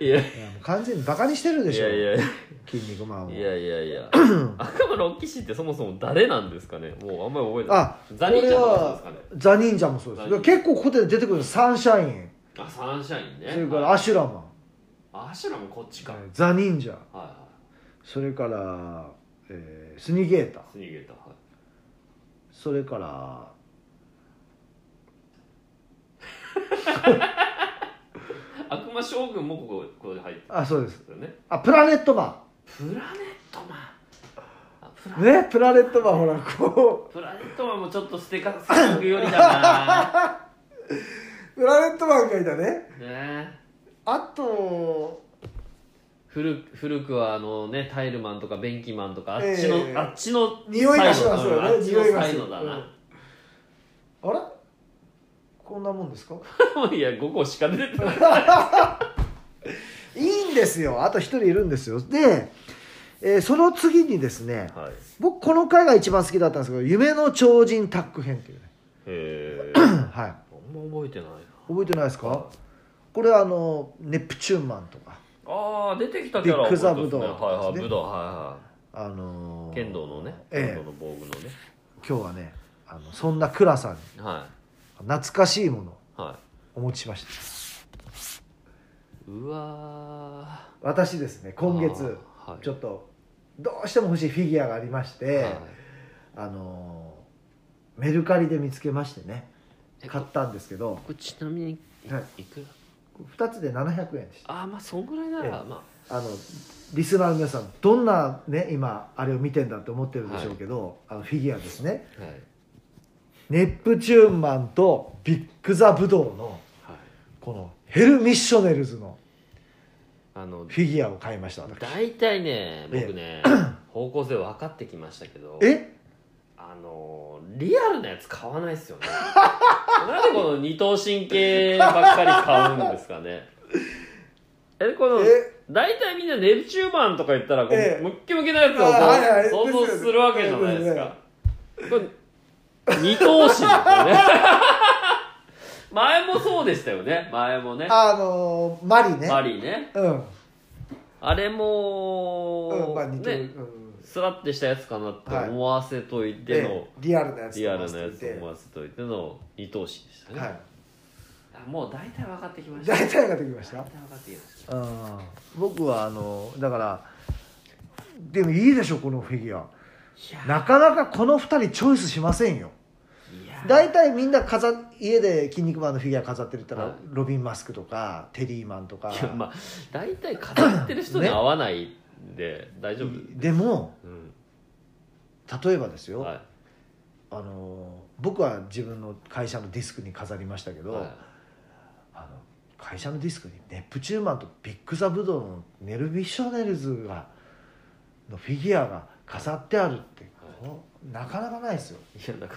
[SPEAKER 2] いや
[SPEAKER 1] いやもう完全にバカにしてるで
[SPEAKER 2] い
[SPEAKER 1] しょ
[SPEAKER 2] やいや
[SPEAKER 1] 筋肉マンを
[SPEAKER 2] いやいやい や悪魔の騎士ってそもそも誰なんですかねもうあんまり覚えてない
[SPEAKER 1] あ
[SPEAKER 2] ザニーちゃんとかそ
[SPEAKER 1] これ
[SPEAKER 2] うですかね
[SPEAKER 1] はザ・忍者もそうです
[SPEAKER 2] ザ忍
[SPEAKER 1] 結構ここで出てくるのサンシャイン
[SPEAKER 2] あサンシャインね
[SPEAKER 1] それからアシュラマ
[SPEAKER 2] あアシュラもこっちか、
[SPEAKER 1] ンザ・忍者
[SPEAKER 2] はいは
[SPEAKER 1] それから、えースニーゲーター
[SPEAKER 2] いスニーゲーターはい
[SPEAKER 1] それから
[SPEAKER 2] 悪魔将軍もここここで入って
[SPEAKER 1] あそうです
[SPEAKER 2] るんですよね
[SPEAKER 1] あプラネットマ
[SPEAKER 2] プラネットマンあプラ
[SPEAKER 1] ンねプラネットマンほらこ
[SPEAKER 2] プラネットマンもちょっとステカスティングよりだ
[SPEAKER 1] うプラネットマンがいたね
[SPEAKER 2] なねえ
[SPEAKER 1] あと
[SPEAKER 2] 古く古くはあのねタイルマンとかベンキマンとかあっちの、
[SPEAKER 1] ええ
[SPEAKER 2] あっちの
[SPEAKER 1] 匂いがしますよ
[SPEAKER 2] サ
[SPEAKER 1] ね
[SPEAKER 2] イドだなあっち
[SPEAKER 1] 匂い
[SPEAKER 2] の
[SPEAKER 1] が
[SPEAKER 2] サイ
[SPEAKER 1] する
[SPEAKER 2] ドだ
[SPEAKER 1] うん
[SPEAKER 2] な、
[SPEAKER 1] あれこんなもんですか
[SPEAKER 2] いや5個しか出てない
[SPEAKER 1] いいんですよあと一人いるんですよで、えーその次にですね
[SPEAKER 2] はい
[SPEAKER 1] 僕この回が一番好きだったんですけど「夢の超人タッグ編」っていうね
[SPEAKER 2] へえあん
[SPEAKER 1] はい
[SPEAKER 2] ま覚えてないな
[SPEAKER 1] 覚えてないですかこれあのネプチューンマンとか
[SPEAKER 2] ああ出てきたキャラは
[SPEAKER 1] ビッグザ
[SPEAKER 2] 覚えてますね
[SPEAKER 1] ブドウ
[SPEAKER 2] はいは
[SPEAKER 1] ですねあ
[SPEAKER 2] い武道は
[SPEAKER 1] の
[SPEAKER 2] いは
[SPEAKER 1] ー
[SPEAKER 2] い剣道のね
[SPEAKER 1] え
[SPEAKER 2] 剣
[SPEAKER 1] え
[SPEAKER 2] 道の防具のね、
[SPEAKER 1] 今日はねあのそんな倉さんに
[SPEAKER 2] は
[SPEAKER 1] 懐かしいものを
[SPEAKER 2] いはい
[SPEAKER 1] お持ちしました
[SPEAKER 2] うわ
[SPEAKER 1] 私ですね
[SPEAKER 2] ー
[SPEAKER 1] 今月
[SPEAKER 2] あーはい
[SPEAKER 1] ちょっとどうしても欲しいフィギュアがありまして、
[SPEAKER 2] はい
[SPEAKER 1] あのメルカリで見つけましてね
[SPEAKER 2] え
[SPEAKER 1] 買っ
[SPEAKER 2] こ
[SPEAKER 1] たんですけど
[SPEAKER 2] これちなみにい,、、
[SPEAKER 1] はい
[SPEAKER 2] くら
[SPEAKER 1] 2つで700円でした
[SPEAKER 2] ああまあそんぐらいな
[SPEAKER 1] ええ
[SPEAKER 2] ら、ま
[SPEAKER 1] あのリスナーの皆さんどんなね今あれを見てんだって思ってるでしょうけど、あのフィギュアですね
[SPEAKER 2] あはい
[SPEAKER 1] ネプチューンマンとビッグ・ザ・ブドウの
[SPEAKER 2] はい
[SPEAKER 1] このヘル・ミッショネルズの
[SPEAKER 2] あの
[SPEAKER 1] フィギュアを買いました私
[SPEAKER 2] 大体ね 僕ね、方向性分かってきましたけど
[SPEAKER 1] え
[SPEAKER 2] あのーリアルなやつ買わないっす よねなんでこの二頭身系ばっかり買うんですかねえこの
[SPEAKER 1] え
[SPEAKER 2] 大体みんなネプチューマンとか言ったらこう、
[SPEAKER 1] ええ
[SPEAKER 2] ムッキムキなやつをこう、
[SPEAKER 1] あはいはい
[SPEAKER 2] 想像するわけじゃないですか、これ二頭身ですよね 前もそうでしたよね前もね
[SPEAKER 1] あのマリね
[SPEAKER 2] マリーね
[SPEAKER 1] うん、
[SPEAKER 2] あれ
[SPEAKER 1] うん
[SPEAKER 2] も、
[SPEAKER 1] まあ似てる、
[SPEAKER 2] ね
[SPEAKER 1] うん
[SPEAKER 2] スラッてしたやつかなって思わせといての、
[SPEAKER 1] ええリアルなやつ
[SPEAKER 2] リアルなやつを
[SPEAKER 1] て
[SPEAKER 2] 思わせといての二等身でしたね、
[SPEAKER 1] は
[SPEAKER 2] あもう大体分かってきま
[SPEAKER 1] い
[SPEAKER 2] した
[SPEAKER 1] 大体ができました
[SPEAKER 2] 大体分かってきました
[SPEAKER 1] うん僕はあのだからでもいいでしょこのフィギュア
[SPEAKER 2] いや
[SPEAKER 1] なかなかこの2人チョイスしませんよ
[SPEAKER 2] いや
[SPEAKER 1] 大体みんな飾家で「筋肉マン」のフィギュア飾ってるったら、
[SPEAKER 2] はい
[SPEAKER 1] ロビン・マスクとかテリーマンとか
[SPEAKER 2] いやまあ大体語ってる人に合わないんで、大丈夫
[SPEAKER 1] でも
[SPEAKER 2] うん
[SPEAKER 1] 例えばですよ、
[SPEAKER 2] はい
[SPEAKER 1] あの僕は自分の会社のディスクに飾りましたけど、
[SPEAKER 2] はい
[SPEAKER 1] あの会社のディスクにネプチューマンとビッグ・ザ・ブドウのネル・ビッショネルズがのフィギュアが飾ってあるって、こうなかなかないですよ
[SPEAKER 2] いやなか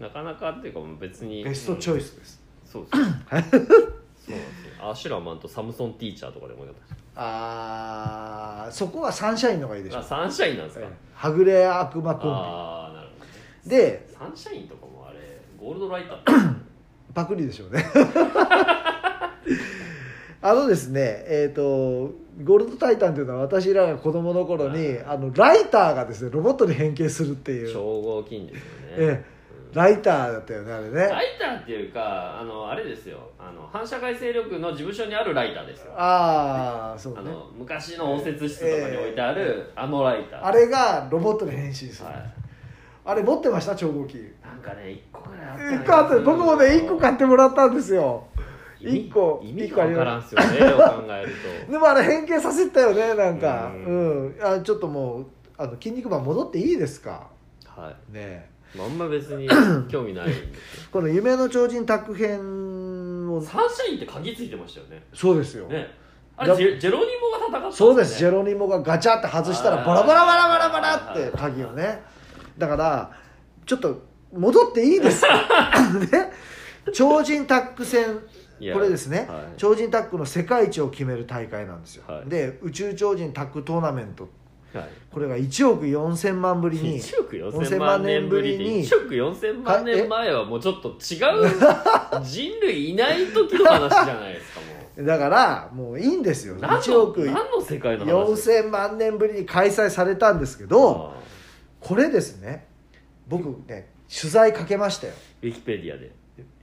[SPEAKER 2] なかなかっていうかもう別に
[SPEAKER 1] ベストチョイ
[SPEAKER 2] ス、
[SPEAKER 1] スです、
[SPEAKER 2] う んそうですよそうなんですよアシュラマンとサムソンティーチャーとかでもよかった
[SPEAKER 1] ああそこはサンシャインの方がいいでしょ
[SPEAKER 2] あサンシャインなんですか、
[SPEAKER 1] ええはぐれ悪魔コ
[SPEAKER 2] ああなるほどね
[SPEAKER 1] ンビで
[SPEAKER 2] サンシャインとかもあれゴールドライター
[SPEAKER 1] パクリでしょうね あのですねえっ、と「ゴールドタイタン」というのは私らが子供の頃にあのライターがですねロボットに変形するっていう、
[SPEAKER 2] 超合金ですよね、
[SPEAKER 1] え
[SPEAKER 2] うん
[SPEAKER 1] え、ライターだったよねあれ
[SPEAKER 2] ラ
[SPEAKER 1] ね
[SPEAKER 2] イターっていうかあのあれですよあの反社会勢力の事務所にあるライターですよあ
[SPEAKER 1] ああそうね
[SPEAKER 2] の昔の応接室とかに置いてある、あのライター
[SPEAKER 1] あれがロボットに変身する、
[SPEAKER 2] はい
[SPEAKER 1] あれ持ってました超合金
[SPEAKER 2] なんかね一個ぐらいあったような
[SPEAKER 1] 一個あって僕もね一個買ってもらったんですよ
[SPEAKER 2] 意味
[SPEAKER 1] 一個
[SPEAKER 2] 意味
[SPEAKER 1] 一個
[SPEAKER 2] が
[SPEAKER 1] あり
[SPEAKER 2] 分
[SPEAKER 1] ます
[SPEAKER 2] からんすよ ねを考えると
[SPEAKER 1] でもあれ変形させたよねなんか
[SPEAKER 2] う
[SPEAKER 1] うんん、あちょっともうあの筋肉マン戻っていいですか
[SPEAKER 2] は
[SPEAKER 1] ね
[SPEAKER 2] い、まあ、あんま別 に興味ないんですよ
[SPEAKER 1] えこの「夢の超人タッグ編を」
[SPEAKER 2] サンシャインって鍵ついてましたよね
[SPEAKER 1] そうですよ、
[SPEAKER 2] ねあれジェジェロニモが戦ったん
[SPEAKER 1] そうです、ジェ
[SPEAKER 2] ロ
[SPEAKER 1] ロニモがガチャって外した
[SPEAKER 2] あ
[SPEAKER 1] ら
[SPEAKER 2] ー
[SPEAKER 1] バラバラバラバラバラって鍵をねだからちょっと戻っていいですか ね超人タッグ戦これですね、
[SPEAKER 2] はい
[SPEAKER 1] 超人タッグの世界一を決める大会なんですよ、
[SPEAKER 2] はい
[SPEAKER 1] で宇宙超人タッグトーナメント
[SPEAKER 2] はい
[SPEAKER 1] これが1億4000万ぶりに
[SPEAKER 2] 1億4000万年ぶりに1億4000万年前はもうちょ っと違う人類いない時の話じゃないですかも
[SPEAKER 1] だからもういいんですよ
[SPEAKER 2] う何
[SPEAKER 1] 1
[SPEAKER 2] の
[SPEAKER 1] 億
[SPEAKER 2] 何の世界の話ですか
[SPEAKER 1] 4000万年ぶりに開催されたんですけど
[SPEAKER 2] ああ
[SPEAKER 1] これですね僕ね取材かけましたよ
[SPEAKER 2] ウィキペディアで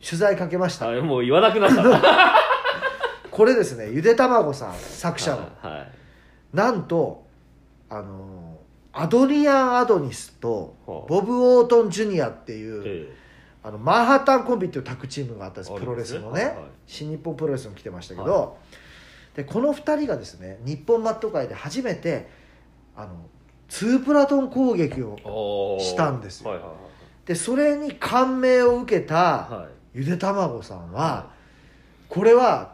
[SPEAKER 1] 取材かけました
[SPEAKER 2] あもう言わな くなったはい
[SPEAKER 1] これですねゆでたまごさん作者の
[SPEAKER 2] はい
[SPEAKER 1] なんとあのアドリアン・アドニスと
[SPEAKER 2] はあ
[SPEAKER 1] ボブ・オートン・ジュニアっていう
[SPEAKER 2] え
[SPEAKER 1] あのマンハッタンコンビっていうタッグチームがあったんです
[SPEAKER 2] あ
[SPEAKER 1] プロレスの
[SPEAKER 2] あり
[SPEAKER 1] ね
[SPEAKER 2] ますねはい
[SPEAKER 1] 新日本プロレスも来てましたけ
[SPEAKER 2] は
[SPEAKER 1] どでこの2人がですね日本マット界で初めてあのツープラトン攻撃を
[SPEAKER 2] えおー
[SPEAKER 1] したんですよ
[SPEAKER 2] はいはいはい
[SPEAKER 1] でそれに感銘を受けた
[SPEAKER 2] はい
[SPEAKER 1] ゆでたまごさんはこれは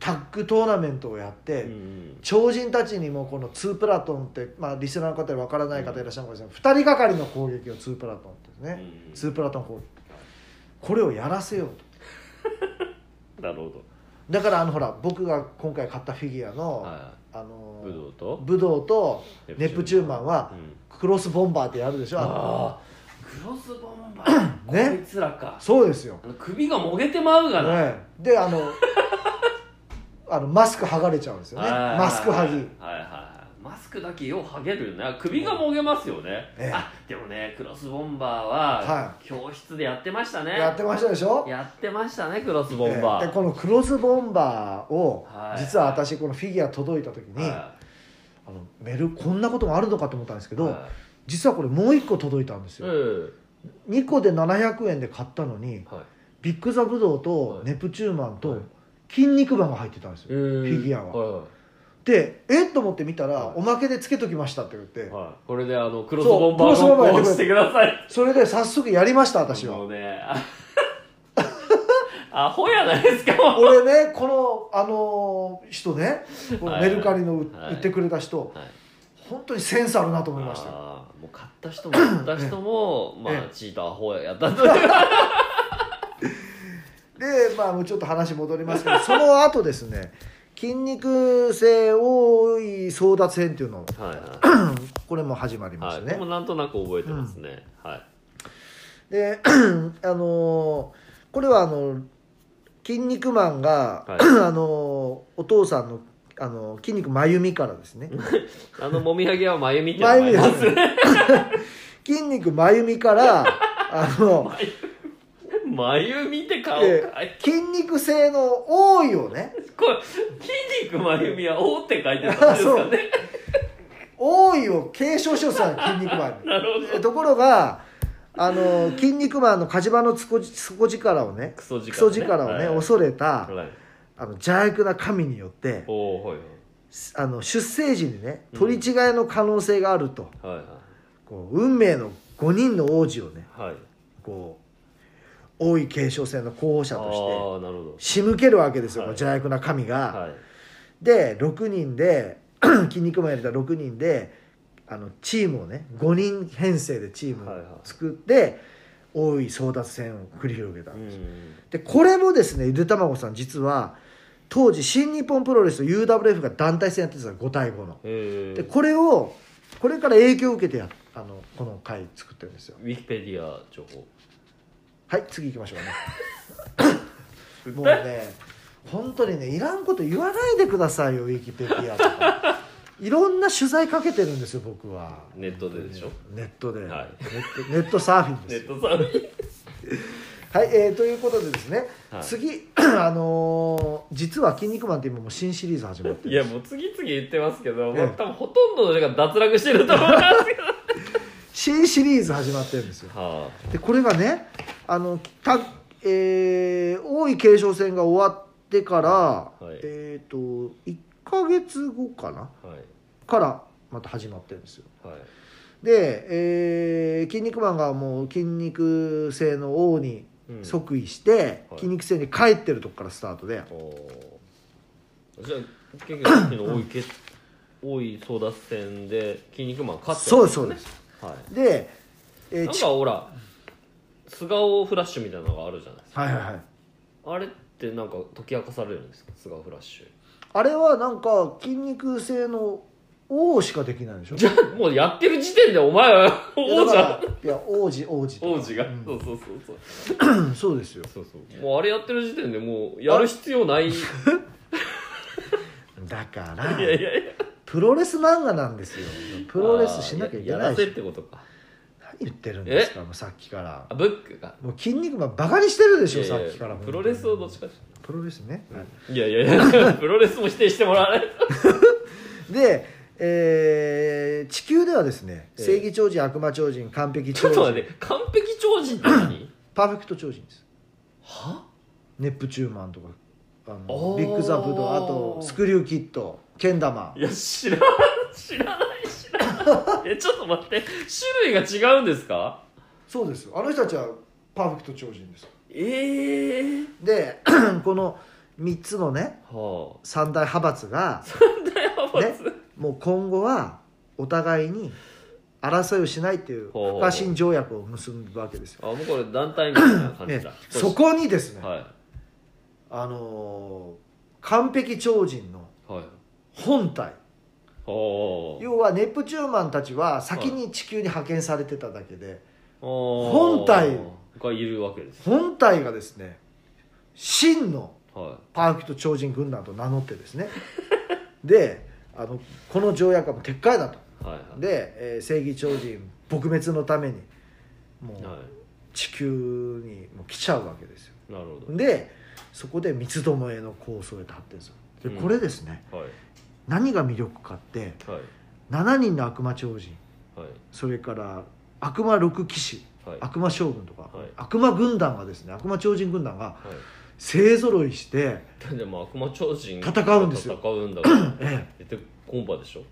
[SPEAKER 1] タッグトーナメントをやって、
[SPEAKER 2] うんうん
[SPEAKER 1] 超人たちにもこの2プラトンって、まあ、リスナーの方で分からない方いらっしゃるかもしれない2人がかりの攻撃を2プラトンって
[SPEAKER 2] う
[SPEAKER 1] ね、
[SPEAKER 2] ん
[SPEAKER 1] 2プラトン攻撃これをやらせようと
[SPEAKER 2] なるほど
[SPEAKER 1] だからあのほら僕が今回買ったフィギュアの、
[SPEAKER 2] は
[SPEAKER 1] あの
[SPEAKER 2] い武道と
[SPEAKER 1] 武道とネプチューマンは
[SPEAKER 2] うん
[SPEAKER 1] クロスボンバーってやるでしょ
[SPEAKER 2] ああクロスボンバー
[SPEAKER 1] ね
[SPEAKER 2] こいつらか
[SPEAKER 1] そうですよ
[SPEAKER 2] あの首がもげてまうがな、
[SPEAKER 1] ね、であの あのマスク剥がれちゃうんですよね
[SPEAKER 2] はい
[SPEAKER 1] マスク剥ぎ
[SPEAKER 2] はいはいはいマスクだけよう剥げるよね首がもげますよね、
[SPEAKER 1] ええ
[SPEAKER 2] あでもねクロスボンバーは
[SPEAKER 1] は
[SPEAKER 2] 教室でやってましたね
[SPEAKER 1] やってましたでしょ
[SPEAKER 2] やってましたねクロスボンバー、
[SPEAKER 1] でこのクロスボンバーを、
[SPEAKER 2] はい
[SPEAKER 1] 実は私このフィギュア届いた時に、
[SPEAKER 2] は
[SPEAKER 1] あのメールこんなこともあるのかと思ったんですけど、
[SPEAKER 2] は
[SPEAKER 1] 実はこれもう1個届いたんです
[SPEAKER 2] い、
[SPEAKER 1] よ、
[SPEAKER 2] うん
[SPEAKER 1] 2個で700円で買ったのに
[SPEAKER 2] は
[SPEAKER 1] ビッグザブドウと
[SPEAKER 2] はい
[SPEAKER 1] ネプチューマン
[SPEAKER 2] はい
[SPEAKER 1] と筋肉マンが入ってたんです
[SPEAKER 2] い、
[SPEAKER 1] よ、
[SPEAKER 2] うん
[SPEAKER 1] フィギュアは
[SPEAKER 2] は
[SPEAKER 1] でえっと思って見たら、
[SPEAKER 2] はい
[SPEAKER 1] おまけでつけときましたって言って、
[SPEAKER 2] いはい、これであのクロス
[SPEAKER 1] そう
[SPEAKER 2] ボンバー
[SPEAKER 1] クロスボンバー
[SPEAKER 2] ごっこをしてください
[SPEAKER 1] それで早速やりました私は
[SPEAKER 2] もうね あアホやないですかもう
[SPEAKER 1] 俺ねこのあのー人ねこの
[SPEAKER 2] はい
[SPEAKER 1] メルカリの売
[SPEAKER 2] はい
[SPEAKER 1] 売ってくれた人、
[SPEAKER 2] はい
[SPEAKER 1] 本当にセンスあるなと思いましたよ
[SPEAKER 2] あーもう買った人も売った人もま
[SPEAKER 1] え
[SPEAKER 2] あチートアホやった という
[SPEAKER 1] でまあもうちょっと話戻りますけど その後ですね筋肉性多い争奪戦っていうのを
[SPEAKER 2] はいは
[SPEAKER 1] これも始まり
[SPEAKER 2] い、
[SPEAKER 1] ま
[SPEAKER 2] は
[SPEAKER 1] し
[SPEAKER 2] い、
[SPEAKER 1] た
[SPEAKER 2] これ
[SPEAKER 1] ね、
[SPEAKER 2] もなんとなく覚えてますね、はい
[SPEAKER 1] で あのーこれはあの「筋肉マンが」
[SPEAKER 2] はい
[SPEAKER 1] あのーお父さんのあの筋肉まゆみからです ね
[SPEAKER 2] あのもみあげはまゆみって
[SPEAKER 1] まゆみで
[SPEAKER 2] ますすね
[SPEAKER 1] 筋肉まゆみからあの
[SPEAKER 2] まゆみって顔か
[SPEAKER 1] え
[SPEAKER 2] い
[SPEAKER 1] 筋肉性の多いをね
[SPEAKER 2] これ筋肉まゆみは「お」って書いてたんですかね
[SPEAKER 1] 多いを継承しようとしたの筋肉マンに
[SPEAKER 2] なるほ
[SPEAKER 1] え
[SPEAKER 2] ど
[SPEAKER 1] ところがあの「筋肉マン」の火事場のつこつこ力をね
[SPEAKER 2] クソ力、ね、
[SPEAKER 1] クソ力をね
[SPEAKER 2] はい
[SPEAKER 1] 恐れた
[SPEAKER 2] はい
[SPEAKER 1] あの邪悪な神によって
[SPEAKER 2] おおはい
[SPEAKER 1] あの出生時にね
[SPEAKER 2] うん
[SPEAKER 1] 取り違えの可能性があると、
[SPEAKER 2] はいはい
[SPEAKER 1] こう運命の5人の王子をね
[SPEAKER 2] はいはい
[SPEAKER 1] こう王位継承戦の候補
[SPEAKER 2] あ
[SPEAKER 1] 者
[SPEAKER 2] あ
[SPEAKER 1] として
[SPEAKER 2] ーなるほど
[SPEAKER 1] 仕向けるわけですよ、
[SPEAKER 2] はい
[SPEAKER 1] この邪悪な神が。
[SPEAKER 2] はい
[SPEAKER 1] で6人で 筋肉マンやれた6人であのチームをね5人編成でチーム
[SPEAKER 2] はいはい
[SPEAKER 1] を作って、多い争奪戦を繰り広げた、
[SPEAKER 2] うん
[SPEAKER 1] でこれもですねゆでたまごさん実は当時新日本プロレスと UWF が団体戦やってたんですよ5対5の
[SPEAKER 2] え
[SPEAKER 1] で
[SPEAKER 2] ー、
[SPEAKER 1] これをこれから影響を受けてやあのこの回作ってるんですよ
[SPEAKER 2] ウィキペディア情報
[SPEAKER 1] はい次行きましょう ねもうね本当にねいらんこと言わないでくださいよウィキペディアとかいろんな取材かけてるんですよ僕は
[SPEAKER 2] ネットででしょ
[SPEAKER 1] ネットで、
[SPEAKER 2] はい
[SPEAKER 1] ネットネットサーフィン
[SPEAKER 2] ネ
[SPEAKER 1] です
[SPEAKER 2] ット サービス
[SPEAKER 1] はい、えーということでですね、
[SPEAKER 2] はい
[SPEAKER 1] 次 あのー実は「筋肉マン」って今もう新シリーズ始まって
[SPEAKER 2] い
[SPEAKER 1] る
[SPEAKER 2] やもう次々言ってますけど、
[SPEAKER 1] ええ
[SPEAKER 2] もう多分ほとんどの人が脱落してると思い ますけど
[SPEAKER 1] 新シリーズ始まってるんですよ
[SPEAKER 2] は
[SPEAKER 1] でこれがねあのた、えー王位継承戦が終わってから、
[SPEAKER 2] はい
[SPEAKER 1] えっ、と1ヶ月後かな
[SPEAKER 2] あはい
[SPEAKER 1] からまた始まってるんですよ
[SPEAKER 2] はい
[SPEAKER 1] で、えー筋肉マンがもう筋肉性の王に
[SPEAKER 2] うん
[SPEAKER 1] 即位して、
[SPEAKER 2] はい
[SPEAKER 1] 筋肉性に帰ってるとこからスタートで、
[SPEAKER 2] おーじゃあ結局さっきの多いけ多い争奪戦で筋肉マン勝って
[SPEAKER 1] そうですそうですす
[SPEAKER 2] はい
[SPEAKER 1] で、えー
[SPEAKER 2] なん
[SPEAKER 1] ち
[SPEAKER 2] かほら素顔フラッシュみたいなのがあるじゃないですか
[SPEAKER 1] はいはいはい
[SPEAKER 2] あれってなんか解き明かされるんですか素顔フラッシュ
[SPEAKER 1] あれはなんか筋肉性の王しかできないでしょ
[SPEAKER 2] じゃあもうやってる時点でお前は王
[SPEAKER 1] いやだ
[SPEAKER 2] 者
[SPEAKER 1] からいや王子王子とか
[SPEAKER 2] 王子が、
[SPEAKER 1] うん
[SPEAKER 2] そうそうそうそう
[SPEAKER 1] うんそうですよ
[SPEAKER 2] そうそうもうあれやってる時点でもうやる必要ないい
[SPEAKER 1] だから
[SPEAKER 2] やいやいや
[SPEAKER 1] プロレス漫画なんですよプロレスしなきゃいけ
[SPEAKER 2] あーや
[SPEAKER 1] な
[SPEAKER 2] やら
[SPEAKER 1] い
[SPEAKER 2] せっ
[SPEAKER 1] して
[SPEAKER 2] ことか
[SPEAKER 1] 何言ってるんですかもうさっきから
[SPEAKER 2] あブックが
[SPEAKER 1] もう筋肉マンバカにしてるでしょ
[SPEAKER 2] いやいや
[SPEAKER 1] さっきから
[SPEAKER 2] プロレスをどっちかって
[SPEAKER 1] プロレスね、はい
[SPEAKER 2] やいやい やプロレスも否定してもらわない
[SPEAKER 1] いで、えー地球ではですね
[SPEAKER 2] ええ
[SPEAKER 1] 正義超人悪魔超人完璧
[SPEAKER 2] ちょ
[SPEAKER 1] 超
[SPEAKER 2] っと待
[SPEAKER 1] 人
[SPEAKER 2] って 完璧超人って何
[SPEAKER 1] パーフェクト超人です
[SPEAKER 2] は
[SPEAKER 1] ネプチューマンとかあの
[SPEAKER 2] おー
[SPEAKER 1] ビッグザブドウあとスクリューキットけん玉
[SPEAKER 2] いや知らん知らない知 らないえちょっと待って種類が違うんですか
[SPEAKER 1] そうですよあの人たちはパーフェクト超人です
[SPEAKER 2] ええ
[SPEAKER 1] で この3つのね
[SPEAKER 2] は
[SPEAKER 1] 三大派閥が
[SPEAKER 2] あだよまず、
[SPEAKER 1] もう今後はお互いに争いをしないっていう
[SPEAKER 2] ほうほ
[SPEAKER 1] 不
[SPEAKER 2] う
[SPEAKER 1] 可侵条約を結ぶわけですよ
[SPEAKER 2] あもうこれ団体みたいな感じ
[SPEAKER 1] え
[SPEAKER 2] だ
[SPEAKER 1] えそこにですね、
[SPEAKER 2] はい
[SPEAKER 1] あのー完璧超人の
[SPEAKER 2] はい
[SPEAKER 1] 本体
[SPEAKER 2] おー
[SPEAKER 1] 要はネプチューマンたちは先に地球に派遣されてただけで
[SPEAKER 2] おー
[SPEAKER 1] 本体
[SPEAKER 2] がいるわけです
[SPEAKER 1] 本体がですね真の
[SPEAKER 2] は
[SPEAKER 1] パーフェクト超人軍団と名乗って ですねであのこの条約はもう撤回だと
[SPEAKER 2] いはいはい
[SPEAKER 1] で、えー正義超人撲滅のためにもう
[SPEAKER 2] は
[SPEAKER 1] 地球にもう来ちゃうわけですよ
[SPEAKER 2] いなるほ
[SPEAKER 1] でそこで三つどもえの構想へと発展するで
[SPEAKER 2] うん
[SPEAKER 1] これですね、
[SPEAKER 2] どはい
[SPEAKER 1] 何が魅力かって
[SPEAKER 2] はい
[SPEAKER 1] 7人の悪魔超人
[SPEAKER 2] はい
[SPEAKER 1] それから悪魔六騎士
[SPEAKER 2] はい
[SPEAKER 1] 悪魔将軍とか、
[SPEAKER 2] はい
[SPEAKER 1] 悪魔軍団がですね悪魔超人軍団が
[SPEAKER 2] はい
[SPEAKER 1] 勢ぞろいして、
[SPEAKER 2] でも悪魔超人が
[SPEAKER 1] 戦うんですよ
[SPEAKER 2] 戦うんだから
[SPEAKER 1] え
[SPEAKER 2] 出てコンパでしょ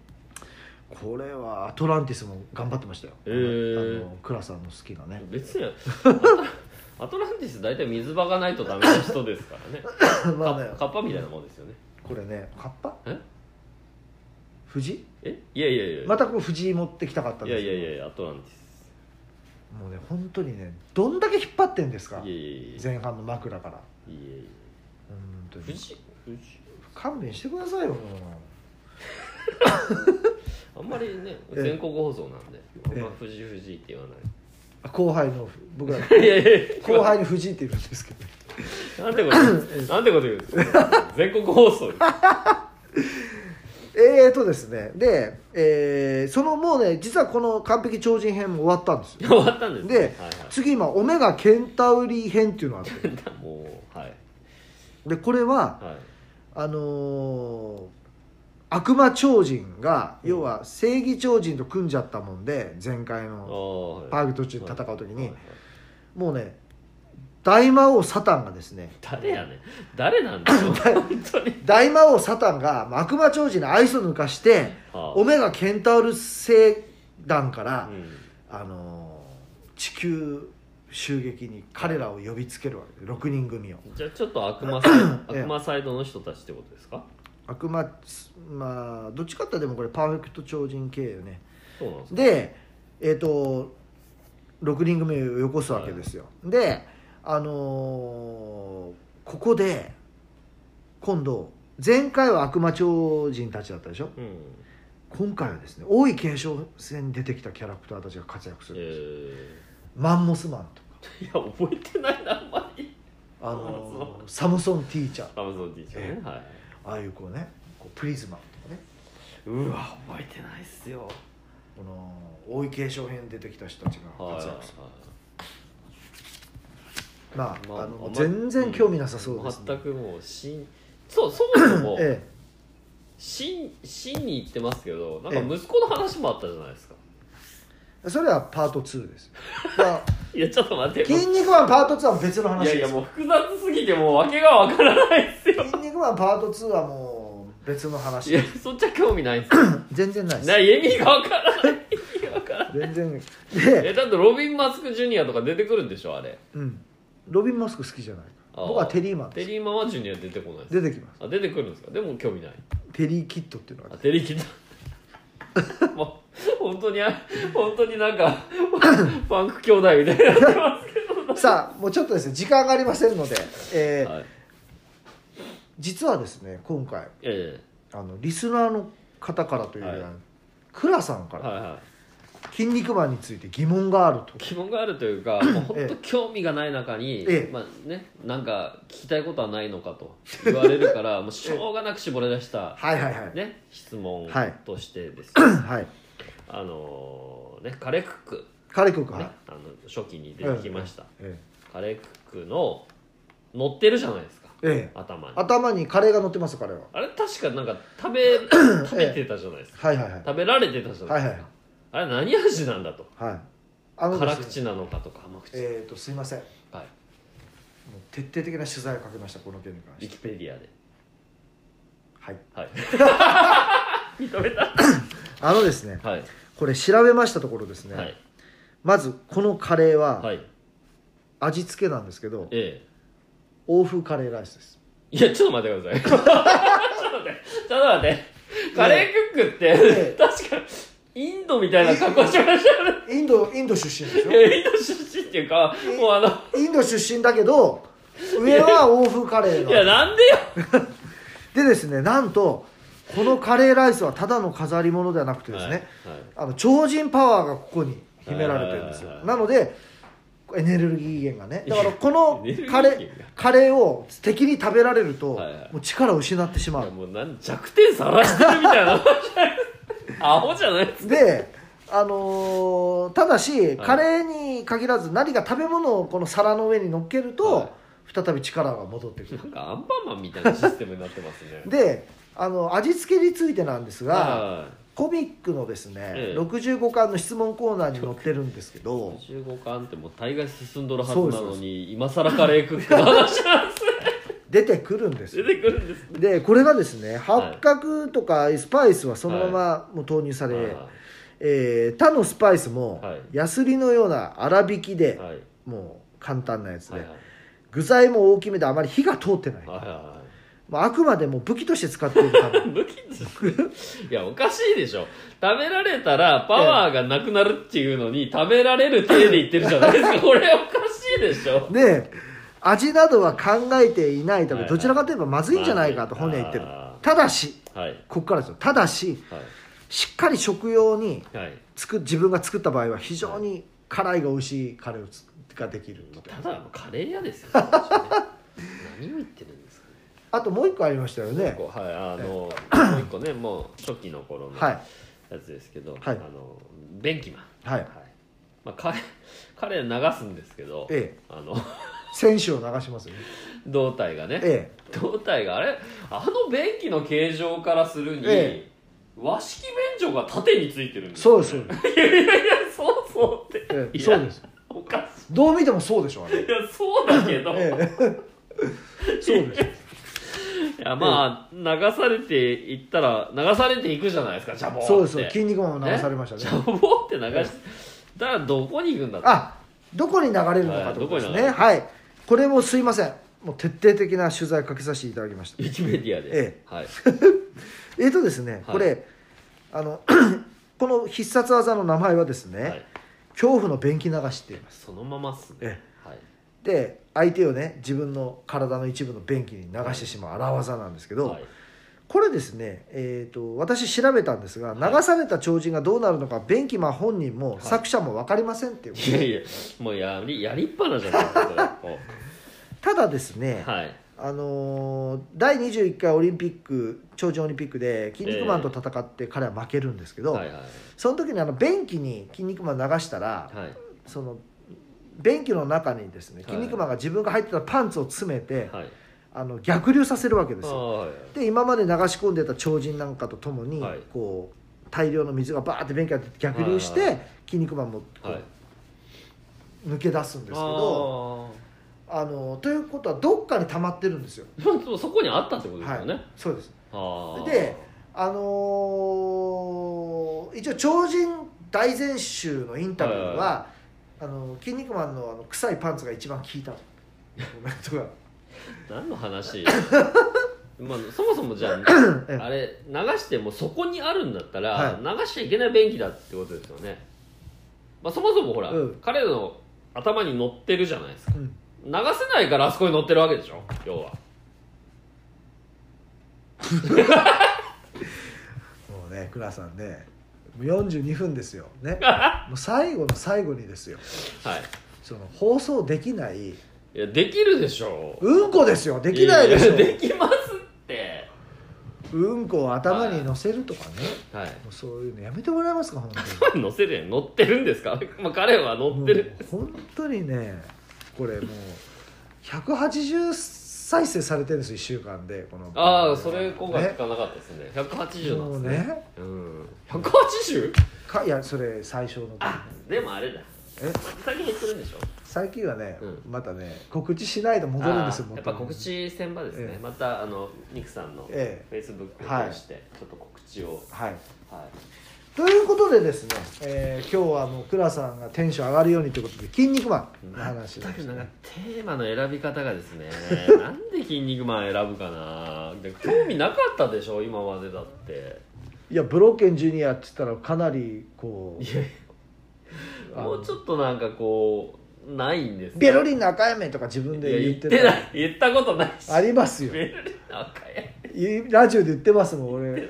[SPEAKER 1] えこれはアトランティスも頑張ってましたよ、
[SPEAKER 2] へえ
[SPEAKER 1] あのクラさんの好きなね
[SPEAKER 2] 別にアトアトランティス大体水場がないとダメな人ですからね
[SPEAKER 1] まあね
[SPEAKER 2] カカッパみたいなもんですよね
[SPEAKER 1] これねカッパ
[SPEAKER 2] え
[SPEAKER 1] 藤井
[SPEAKER 2] えいやいやいや
[SPEAKER 1] またこう藤井持ってきたかったん
[SPEAKER 2] い
[SPEAKER 1] です
[SPEAKER 2] や
[SPEAKER 1] け
[SPEAKER 2] い
[SPEAKER 1] ど
[SPEAKER 2] やいやいやアトランティス
[SPEAKER 1] もうね本当にねどんだけ引っ張ってんですか
[SPEAKER 2] いやいやいやいや
[SPEAKER 1] 前半の枕から
[SPEAKER 2] いやいや
[SPEAKER 1] 本当に
[SPEAKER 2] 藤藤
[SPEAKER 1] 勘弁してくださいよもう
[SPEAKER 2] あんまりね
[SPEAKER 1] ええ
[SPEAKER 2] 全国放送なんであん
[SPEAKER 1] え
[SPEAKER 2] ま藤井藤井って言わない
[SPEAKER 1] あ後輩の僕ら の
[SPEAKER 2] いやいやいや
[SPEAKER 1] 後輩に藤井って言うんですけど
[SPEAKER 2] なんてこと言うんですなんてこと言うんですか全国放送です
[SPEAKER 1] えーとですねで、えーそのもうね実はこの「完璧超人編」も終わったんですよ
[SPEAKER 2] 終わったんですね
[SPEAKER 1] で
[SPEAKER 2] はいはい
[SPEAKER 1] 次今「オメガケンタウリー編」っていうのがあって
[SPEAKER 2] もうはい
[SPEAKER 1] でこれは
[SPEAKER 2] はい
[SPEAKER 1] あのー悪魔超人が要は正義超人と組んじゃったもんで前回
[SPEAKER 2] あ
[SPEAKER 1] の
[SPEAKER 2] あはい
[SPEAKER 1] パーグ途中で戦う時
[SPEAKER 2] はい
[SPEAKER 1] に
[SPEAKER 2] はい
[SPEAKER 1] もうね大魔王サタンがですね
[SPEAKER 2] 誰やねん誰なん だよ本当に
[SPEAKER 1] 大魔王サタンがまあ悪魔超人に愛想抜かして
[SPEAKER 2] あ
[SPEAKER 1] オメガケンタウルス星団から、
[SPEAKER 2] うん
[SPEAKER 1] あのー地球襲撃に彼らを呼びつけるわけで6人組を
[SPEAKER 2] じゃあちょっと悪魔サ イド
[SPEAKER 1] ええ
[SPEAKER 2] 悪魔サイドの人たちってことですか
[SPEAKER 1] 悪魔まあどっちかってでもこれパーフェクト超人系よね
[SPEAKER 2] そうなんですか
[SPEAKER 1] でえっ、と6人組をよこすわけですよ、であのーここで今度前回は悪魔超人たちだったでしょ
[SPEAKER 2] うん
[SPEAKER 1] 今回はですね王位継承戦に出てきたキャラクターたちが活躍するんですよ、
[SPEAKER 2] え
[SPEAKER 1] マンモスマンとか
[SPEAKER 2] ーいや覚えてないなあんまり
[SPEAKER 1] あ
[SPEAKER 2] マンモス
[SPEAKER 1] の
[SPEAKER 2] マ
[SPEAKER 1] ーサムソンティーチャー
[SPEAKER 2] アマゾン D ちゃんね、
[SPEAKER 1] え
[SPEAKER 2] はい
[SPEAKER 1] ああいうこうねこうプリズマとかね
[SPEAKER 2] うわ覚えてないっすよ
[SPEAKER 1] この王位継承編出てきた人たちが
[SPEAKER 2] はい
[SPEAKER 1] 活
[SPEAKER 2] は
[SPEAKER 1] 躍する、まあ,、
[SPEAKER 2] い、ま
[SPEAKER 1] あ、
[SPEAKER 2] あ
[SPEAKER 1] の
[SPEAKER 2] んま
[SPEAKER 1] 全然興味なさそうです、
[SPEAKER 2] ん
[SPEAKER 1] ね
[SPEAKER 2] 全くもうしんそうそもそも
[SPEAKER 1] え
[SPEAKER 2] ししんに行ってますけどなんか
[SPEAKER 1] ええ
[SPEAKER 2] 息子の話もあったじゃないですか
[SPEAKER 1] え、それはパート2ですだから
[SPEAKER 2] いやちょっと待って
[SPEAKER 1] 筋肉マンパート2は別の
[SPEAKER 2] い
[SPEAKER 1] 話
[SPEAKER 2] や
[SPEAKER 1] です
[SPEAKER 2] いやもう複雑すぎてもう訳がわからないっすよ
[SPEAKER 1] 筋肉マンパート2はもう別の話
[SPEAKER 2] いや
[SPEAKER 1] です
[SPEAKER 2] そっちは興味ないんす よ
[SPEAKER 1] 全然ないです
[SPEAKER 2] ない意味がわからない意味がわからな
[SPEAKER 1] 全
[SPEAKER 2] い
[SPEAKER 1] 然
[SPEAKER 2] え
[SPEAKER 1] で、
[SPEAKER 2] だってロビン・マスク・ジュニアとか出てくるんでしょあれ
[SPEAKER 1] うん、ロビン・マスク好きじゃない
[SPEAKER 2] あー
[SPEAKER 1] 僕はテリーマンで
[SPEAKER 2] テ
[SPEAKER 1] す
[SPEAKER 2] リー・ママジュニア出てこないです
[SPEAKER 1] 出てきます
[SPEAKER 2] あ出てくるんですかでも興味ない
[SPEAKER 1] テリー・キッドっていうのが
[SPEAKER 2] あテレキだもう本当にあ本当になんかパンク兄弟みたいになってますけ
[SPEAKER 1] さあもうちょっとですね時間がありませんので、えー
[SPEAKER 2] ど、はい、
[SPEAKER 1] 実はですね今回
[SPEAKER 2] え
[SPEAKER 1] あのリスナーの方からというよりは、
[SPEAKER 2] はい
[SPEAKER 1] クラさんか
[SPEAKER 2] え
[SPEAKER 1] ら、
[SPEAKER 2] はいはい
[SPEAKER 1] 筋肉マンについて疑問があると
[SPEAKER 2] 疑問がある というか、もう
[SPEAKER 1] え
[SPEAKER 2] 本
[SPEAKER 1] え
[SPEAKER 2] 当興味がない中に、
[SPEAKER 1] ええ
[SPEAKER 2] まあね、なんか聞きたいことはないのかと言われるから、もうしょうがなく絞り出した、
[SPEAKER 1] はいはいはい、
[SPEAKER 2] ね、質問
[SPEAKER 1] はい
[SPEAKER 2] としてです、
[SPEAKER 1] はい
[SPEAKER 2] あのーね、カレークック、
[SPEAKER 1] カレー君か、
[SPEAKER 2] ね
[SPEAKER 1] はい
[SPEAKER 2] あの初期に出てきました、
[SPEAKER 1] え
[SPEAKER 2] カレークックの乗ってるじゃないですか
[SPEAKER 1] えええ
[SPEAKER 2] 頭に
[SPEAKER 1] 頭にカレーが乗ってます彼は
[SPEAKER 2] あれ確かなんか食 べ食べてたじゃないですか
[SPEAKER 1] はいはいはい
[SPEAKER 2] 食べられてたじゃないですか、あれ何味なんだと
[SPEAKER 1] はいあので
[SPEAKER 2] 辛
[SPEAKER 1] すね
[SPEAKER 2] 口なのかとか甘口、
[SPEAKER 1] えっ、とすいませんもう
[SPEAKER 2] はい
[SPEAKER 1] 徹底的な取材をかけましたこの件に関
[SPEAKER 2] ウィ
[SPEAKER 1] して
[SPEAKER 2] キペディアで
[SPEAKER 1] はい
[SPEAKER 2] はい 認めた
[SPEAKER 1] あのですね
[SPEAKER 2] はい
[SPEAKER 1] これ調べましたところですね、
[SPEAKER 2] はい
[SPEAKER 1] まずこのカレー
[SPEAKER 2] は
[SPEAKER 1] はい味付けなんですけど、
[SPEAKER 2] え
[SPEAKER 1] 欧風カレーライスです
[SPEAKER 2] えいやちょっと待って くださいちょっと待ってちょっと待ってカレークックって、
[SPEAKER 1] ええ
[SPEAKER 2] 確かインドみたいな格好しましたよね
[SPEAKER 1] インドインド出身でしょ
[SPEAKER 2] えインド出身っていうかもうあの
[SPEAKER 1] インド出身だけど上は欧風カレー
[SPEAKER 2] いや
[SPEAKER 1] の
[SPEAKER 2] なんでよ
[SPEAKER 1] でですねなんとこのカレーライスはただの飾り物ではなくてですね、
[SPEAKER 2] はいはい
[SPEAKER 1] あの超人パワーがここに秘められてるんですよ
[SPEAKER 2] はいはいはい
[SPEAKER 1] なのでエネルギー源がねだ からこの
[SPEAKER 2] エネルギー
[SPEAKER 1] カレ
[SPEAKER 2] 源
[SPEAKER 1] ーカレーを敵に食べられると、
[SPEAKER 2] はいはい
[SPEAKER 1] もう力を失ってしま
[SPEAKER 2] いや
[SPEAKER 1] う
[SPEAKER 2] もうなん弱点さらしてるみたいなアホじゃないです
[SPEAKER 1] であのーただし、カレーに限らず何か食べ物をこの皿の上に乗っけると、
[SPEAKER 2] は
[SPEAKER 1] 再び力が戻ってくる
[SPEAKER 2] なんかアンパンマンみたいなシステムになってますね
[SPEAKER 1] であの味付けについてなんですが、
[SPEAKER 2] は
[SPEAKER 1] コミックのですね、
[SPEAKER 2] ええ
[SPEAKER 1] 65巻の質問コーナーに載ってるんですけど
[SPEAKER 2] 15巻ってもう大概進んどるはずなのに今更カレー食って話が
[SPEAKER 1] 出てくるんです
[SPEAKER 2] 出
[SPEAKER 1] よ
[SPEAKER 2] てくるんですね
[SPEAKER 1] でこれがですね
[SPEAKER 2] はい
[SPEAKER 1] 八角とかスパイスはそのままもう投入され、えー他のスパイスも
[SPEAKER 2] はい
[SPEAKER 1] ヤスリのような粗挽きで、
[SPEAKER 2] はい
[SPEAKER 1] もう簡単なやつで、
[SPEAKER 2] はいはい
[SPEAKER 1] 具材も大きめであまり火が通ってない、
[SPEAKER 2] はいは
[SPEAKER 1] まあ、あくまでも武器として使っている多 分
[SPEAKER 2] い武器ですいやおかしいでしょ食べられたらパワーがなくなるっていうのに食べられる体で言ってるじゃないですかこれおかしいでしょ
[SPEAKER 1] で味などは考えていないため
[SPEAKER 2] はいはい
[SPEAKER 1] どちらかといえばまずいんじゃないかと本人は言ってる
[SPEAKER 2] あ
[SPEAKER 1] ただし
[SPEAKER 2] ーはい
[SPEAKER 1] ここからですよただししっかり食用に
[SPEAKER 2] はいはい
[SPEAKER 1] 作自分が作った場合は非常に辛いが美味しいカレーをつができるって
[SPEAKER 2] ただのカレー屋 ですよ私ね何を言ってるんですかね
[SPEAKER 1] あともう一個ありましたよね
[SPEAKER 2] こうはいあのもう一個ねもう初期の頃の
[SPEAKER 1] はい
[SPEAKER 2] やつですけど、
[SPEAKER 1] はい
[SPEAKER 2] あの便器マン
[SPEAKER 1] はい
[SPEAKER 2] まあ、カレー カレー流すんですけど、
[SPEAKER 1] ええ
[SPEAKER 2] あの
[SPEAKER 1] 選手を流しますよね
[SPEAKER 2] 胴体がね、
[SPEAKER 1] え
[SPEAKER 2] 胴体があれあの便器の形状からするに、
[SPEAKER 1] え
[SPEAKER 2] 和式便所が縦についてるん
[SPEAKER 1] え
[SPEAKER 2] です
[SPEAKER 1] そう
[SPEAKER 2] よ
[SPEAKER 1] ですそうです、
[SPEAKER 2] いやいやいやそうそうって
[SPEAKER 1] ええ
[SPEAKER 2] いや
[SPEAKER 1] そうです
[SPEAKER 2] おかし
[SPEAKER 1] どう見てもそうでしょあれ
[SPEAKER 2] いいやそうだけど、
[SPEAKER 1] え えそうです
[SPEAKER 2] いやまあ、流されていったら流されていくじゃないですかジャボーって
[SPEAKER 1] そうですそうです筋肉マンも流されました
[SPEAKER 2] ジ
[SPEAKER 1] ね
[SPEAKER 2] ャボーって流しだからどこに行くんだって
[SPEAKER 1] あどこに流れるのかということですね
[SPEAKER 2] はいどこに流れる
[SPEAKER 1] はいこれもすいませんもう徹底的な取材かけさせていただきました
[SPEAKER 2] ウィキメディアで、
[SPEAKER 1] え
[SPEAKER 2] はい
[SPEAKER 1] えーとですね、これあの この必殺技の名前はですね、
[SPEAKER 2] はい、
[SPEAKER 1] 恐怖の便器流しっていいます
[SPEAKER 2] そのままっすね
[SPEAKER 1] え、
[SPEAKER 2] はい、
[SPEAKER 1] で相手をね自分の体の一部の便器に流してしまう荒技なんですけど、
[SPEAKER 2] はい
[SPEAKER 1] これですね、えー、と私調べたんですが流された超人がどうなるのか便器マン本人も
[SPEAKER 2] い
[SPEAKER 1] 作者も分かりませんっていうこと、
[SPEAKER 2] いやいやもうやりやりっぱなじゃないですかそれ
[SPEAKER 1] ただですね、
[SPEAKER 2] はい
[SPEAKER 1] あのー第21回オリンピック超人オリンピックで「筋肉マン」と戦って彼は負けるんですけど、
[SPEAKER 2] はいはい
[SPEAKER 1] その時にあの便器に「筋肉マン」流したら
[SPEAKER 2] はい
[SPEAKER 1] その便器の中にですね
[SPEAKER 2] はい
[SPEAKER 1] 筋肉マンが自分が入ってたパンツを詰めて、
[SPEAKER 2] はい
[SPEAKER 1] あの逆流させるわけですよ
[SPEAKER 2] はい
[SPEAKER 1] で今まで流し込んでた超人なんかとともに、
[SPEAKER 2] はい
[SPEAKER 1] こう大量の水がバーって便器が出て逆流して、
[SPEAKER 2] はいはい
[SPEAKER 1] 筋肉マンもこう
[SPEAKER 2] はいはい
[SPEAKER 1] 抜け出すんですけどあのということはどっかに溜まってるんですよ、
[SPEAKER 2] あーまあそこにあったってことです
[SPEAKER 1] は
[SPEAKER 2] よね、
[SPEAKER 1] い、そうです
[SPEAKER 2] あー
[SPEAKER 1] であのー一応超人大全集のインタビューは「
[SPEAKER 2] は
[SPEAKER 1] あの筋肉マンのあの臭いパンツが一番効いた」と。コメントが
[SPEAKER 2] 何の 話まあそもそもじゃあ
[SPEAKER 1] ええ
[SPEAKER 2] あれ流してもそこにあるんだったら、
[SPEAKER 1] は
[SPEAKER 2] 流しちゃいけない便器だってことですよね、まあ、そもそもほら、
[SPEAKER 1] うん
[SPEAKER 2] 彼の頭に乗ってるじゃないですか
[SPEAKER 1] うん
[SPEAKER 2] 流せないからあそこに乗ってるわけでしょ要は
[SPEAKER 1] もうね倉さんねもう42分ですよ ねもう最後の最後にですよ
[SPEAKER 2] はい
[SPEAKER 1] その放送できない
[SPEAKER 2] いやできるでしょ
[SPEAKER 1] うんこですよできないでしょ
[SPEAKER 2] ややできますって
[SPEAKER 1] うんこを頭に乗せるとかね
[SPEAKER 2] はい
[SPEAKER 1] もうそういうのやめてもらえますか本当に
[SPEAKER 2] 乗せるやん乗ってるんですか、まあ、彼は乗ってる、
[SPEAKER 1] もう本当にねこれもう180再生されてるんですよ1週間でこの
[SPEAKER 2] ああそれ今回
[SPEAKER 1] ね
[SPEAKER 2] 聞かなかったですね180な
[SPEAKER 1] もうん
[SPEAKER 2] ですね
[SPEAKER 1] ね
[SPEAKER 2] うん、180?
[SPEAKER 1] かいやそれ最初の時
[SPEAKER 2] あでもあれだ
[SPEAKER 1] え
[SPEAKER 2] 先に言ってるんでしょ
[SPEAKER 1] 最近はね、
[SPEAKER 2] うん
[SPEAKER 1] またね告知しないと戻るんですよ元
[SPEAKER 2] あー
[SPEAKER 1] に
[SPEAKER 2] やっぱ告知戦場ですね、
[SPEAKER 1] ええ
[SPEAKER 2] またあのニクさんのフ
[SPEAKER 1] え
[SPEAKER 2] ェイスブック
[SPEAKER 1] はい
[SPEAKER 2] を通して、ちょっと告知を
[SPEAKER 1] はい
[SPEAKER 2] は
[SPEAKER 1] ということでですね、えー今日はもう倉さんがテンション上がるようにということで「筋肉マン」
[SPEAKER 2] い
[SPEAKER 1] の話で
[SPEAKER 2] 全く
[SPEAKER 1] す、
[SPEAKER 2] なんか
[SPEAKER 1] ね、
[SPEAKER 2] テーマの選び方がですね なんで「筋肉マン」選ぶかなで興味なかったでしょ今までだって
[SPEAKER 1] いやブロッケンジュニアって言ったらかなりこ
[SPEAKER 2] いうやいやもうちょっとなんかこうないんで
[SPEAKER 1] 「
[SPEAKER 2] す
[SPEAKER 1] ベルリンの赤やめ」とか自分
[SPEAKER 2] いや
[SPEAKER 1] で
[SPEAKER 2] 言
[SPEAKER 1] 言
[SPEAKER 2] っ
[SPEAKER 1] ってて
[SPEAKER 2] ない言ったことないし
[SPEAKER 1] ありますよ
[SPEAKER 2] ベルリンの赤や
[SPEAKER 1] いラジオで言ってますもん俺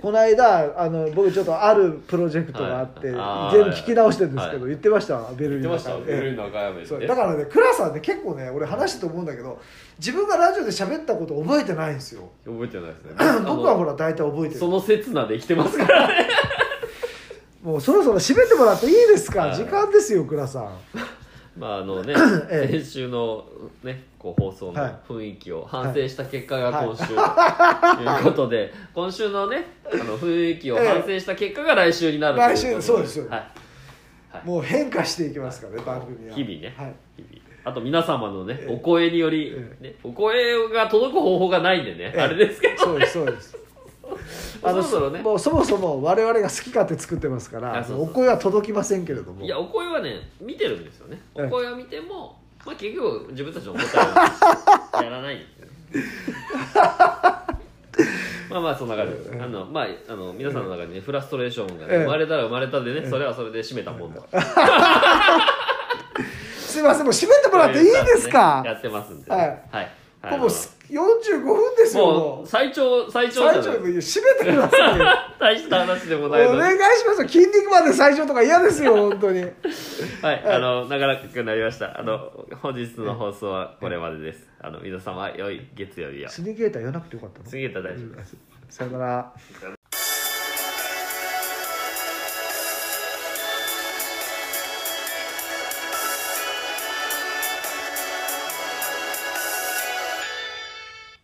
[SPEAKER 1] この間あの僕ちょっとあるプロジェクトがあって、
[SPEAKER 2] はいあー
[SPEAKER 1] 全部聞き直してるんですけど、
[SPEAKER 2] は
[SPEAKER 1] 言ってましたベルリン
[SPEAKER 2] 言って
[SPEAKER 1] の
[SPEAKER 2] ました
[SPEAKER 1] 中
[SPEAKER 2] ベルリ
[SPEAKER 1] で
[SPEAKER 2] ンの赤やめっ
[SPEAKER 1] そう
[SPEAKER 2] て
[SPEAKER 1] だからね倉さんね結構ね俺話してて思うんだけど自分がラジオで喋ったこと覚えてないんですよ
[SPEAKER 2] 覚えてないですね
[SPEAKER 1] 僕はほら大体覚えて
[SPEAKER 2] そ
[SPEAKER 1] る
[SPEAKER 2] の刹那で生きてますからね
[SPEAKER 1] もうそろそろ締めてもらっていいですか
[SPEAKER 2] はい
[SPEAKER 1] 時間ですよ倉さん
[SPEAKER 2] まああのね
[SPEAKER 1] ええ
[SPEAKER 2] 先週の、ね、こう放送の
[SPEAKER 1] はい
[SPEAKER 2] 雰囲気を反省した結果が今週、ということで今週のねあの雰囲気を反省した結果が来週になるということ
[SPEAKER 1] 来週そうですよ
[SPEAKER 2] はい
[SPEAKER 1] もう変化していきますからね番組は
[SPEAKER 2] 日々ね
[SPEAKER 1] はい
[SPEAKER 2] 日々あと皆様のね
[SPEAKER 1] ええ
[SPEAKER 2] お声により、ね、お声が届く方法がないんでね、
[SPEAKER 1] ええ
[SPEAKER 2] あれですけど
[SPEAKER 1] そうですそう です
[SPEAKER 2] そろそろね
[SPEAKER 1] もうそもそも我々が好き勝手作ってますから
[SPEAKER 2] あそうそう
[SPEAKER 1] お声は届きませんけれども
[SPEAKER 2] いやお声はね見てるんですよね
[SPEAKER 1] ええ
[SPEAKER 2] お声は見ても、まあ、結局自分たち の答えをやらないんですよね まあまあそんな感じです、
[SPEAKER 1] ええ
[SPEAKER 2] あのまああの皆さんの中にねフラストレーションがね、
[SPEAKER 1] ええ
[SPEAKER 2] 生まれたら生まれたでね、それはそれで締めたもんだ、
[SPEAKER 1] すいませんもう締めてもらっていいですか、
[SPEAKER 2] やってますんで、
[SPEAKER 1] はい
[SPEAKER 2] はい
[SPEAKER 1] これもうす45分ですよ
[SPEAKER 2] も
[SPEAKER 1] も
[SPEAKER 2] う
[SPEAKER 1] う
[SPEAKER 2] 最長最長
[SPEAKER 1] 最
[SPEAKER 2] じ
[SPEAKER 1] 長
[SPEAKER 2] ゃない
[SPEAKER 1] でもいいよ締めてくださいよ
[SPEAKER 2] 大した話でも
[SPEAKER 1] お
[SPEAKER 2] ないので
[SPEAKER 1] 願いしますよ筋肉まで最長とか嫌ですよ本当に
[SPEAKER 2] はい、あの、長らくなりました。あの、本日の放送はこれまでです。あの、皆様、良い月曜日を。
[SPEAKER 1] スニーケーター言わなくてよかったの
[SPEAKER 2] 次へと大丈夫です。
[SPEAKER 1] さよなら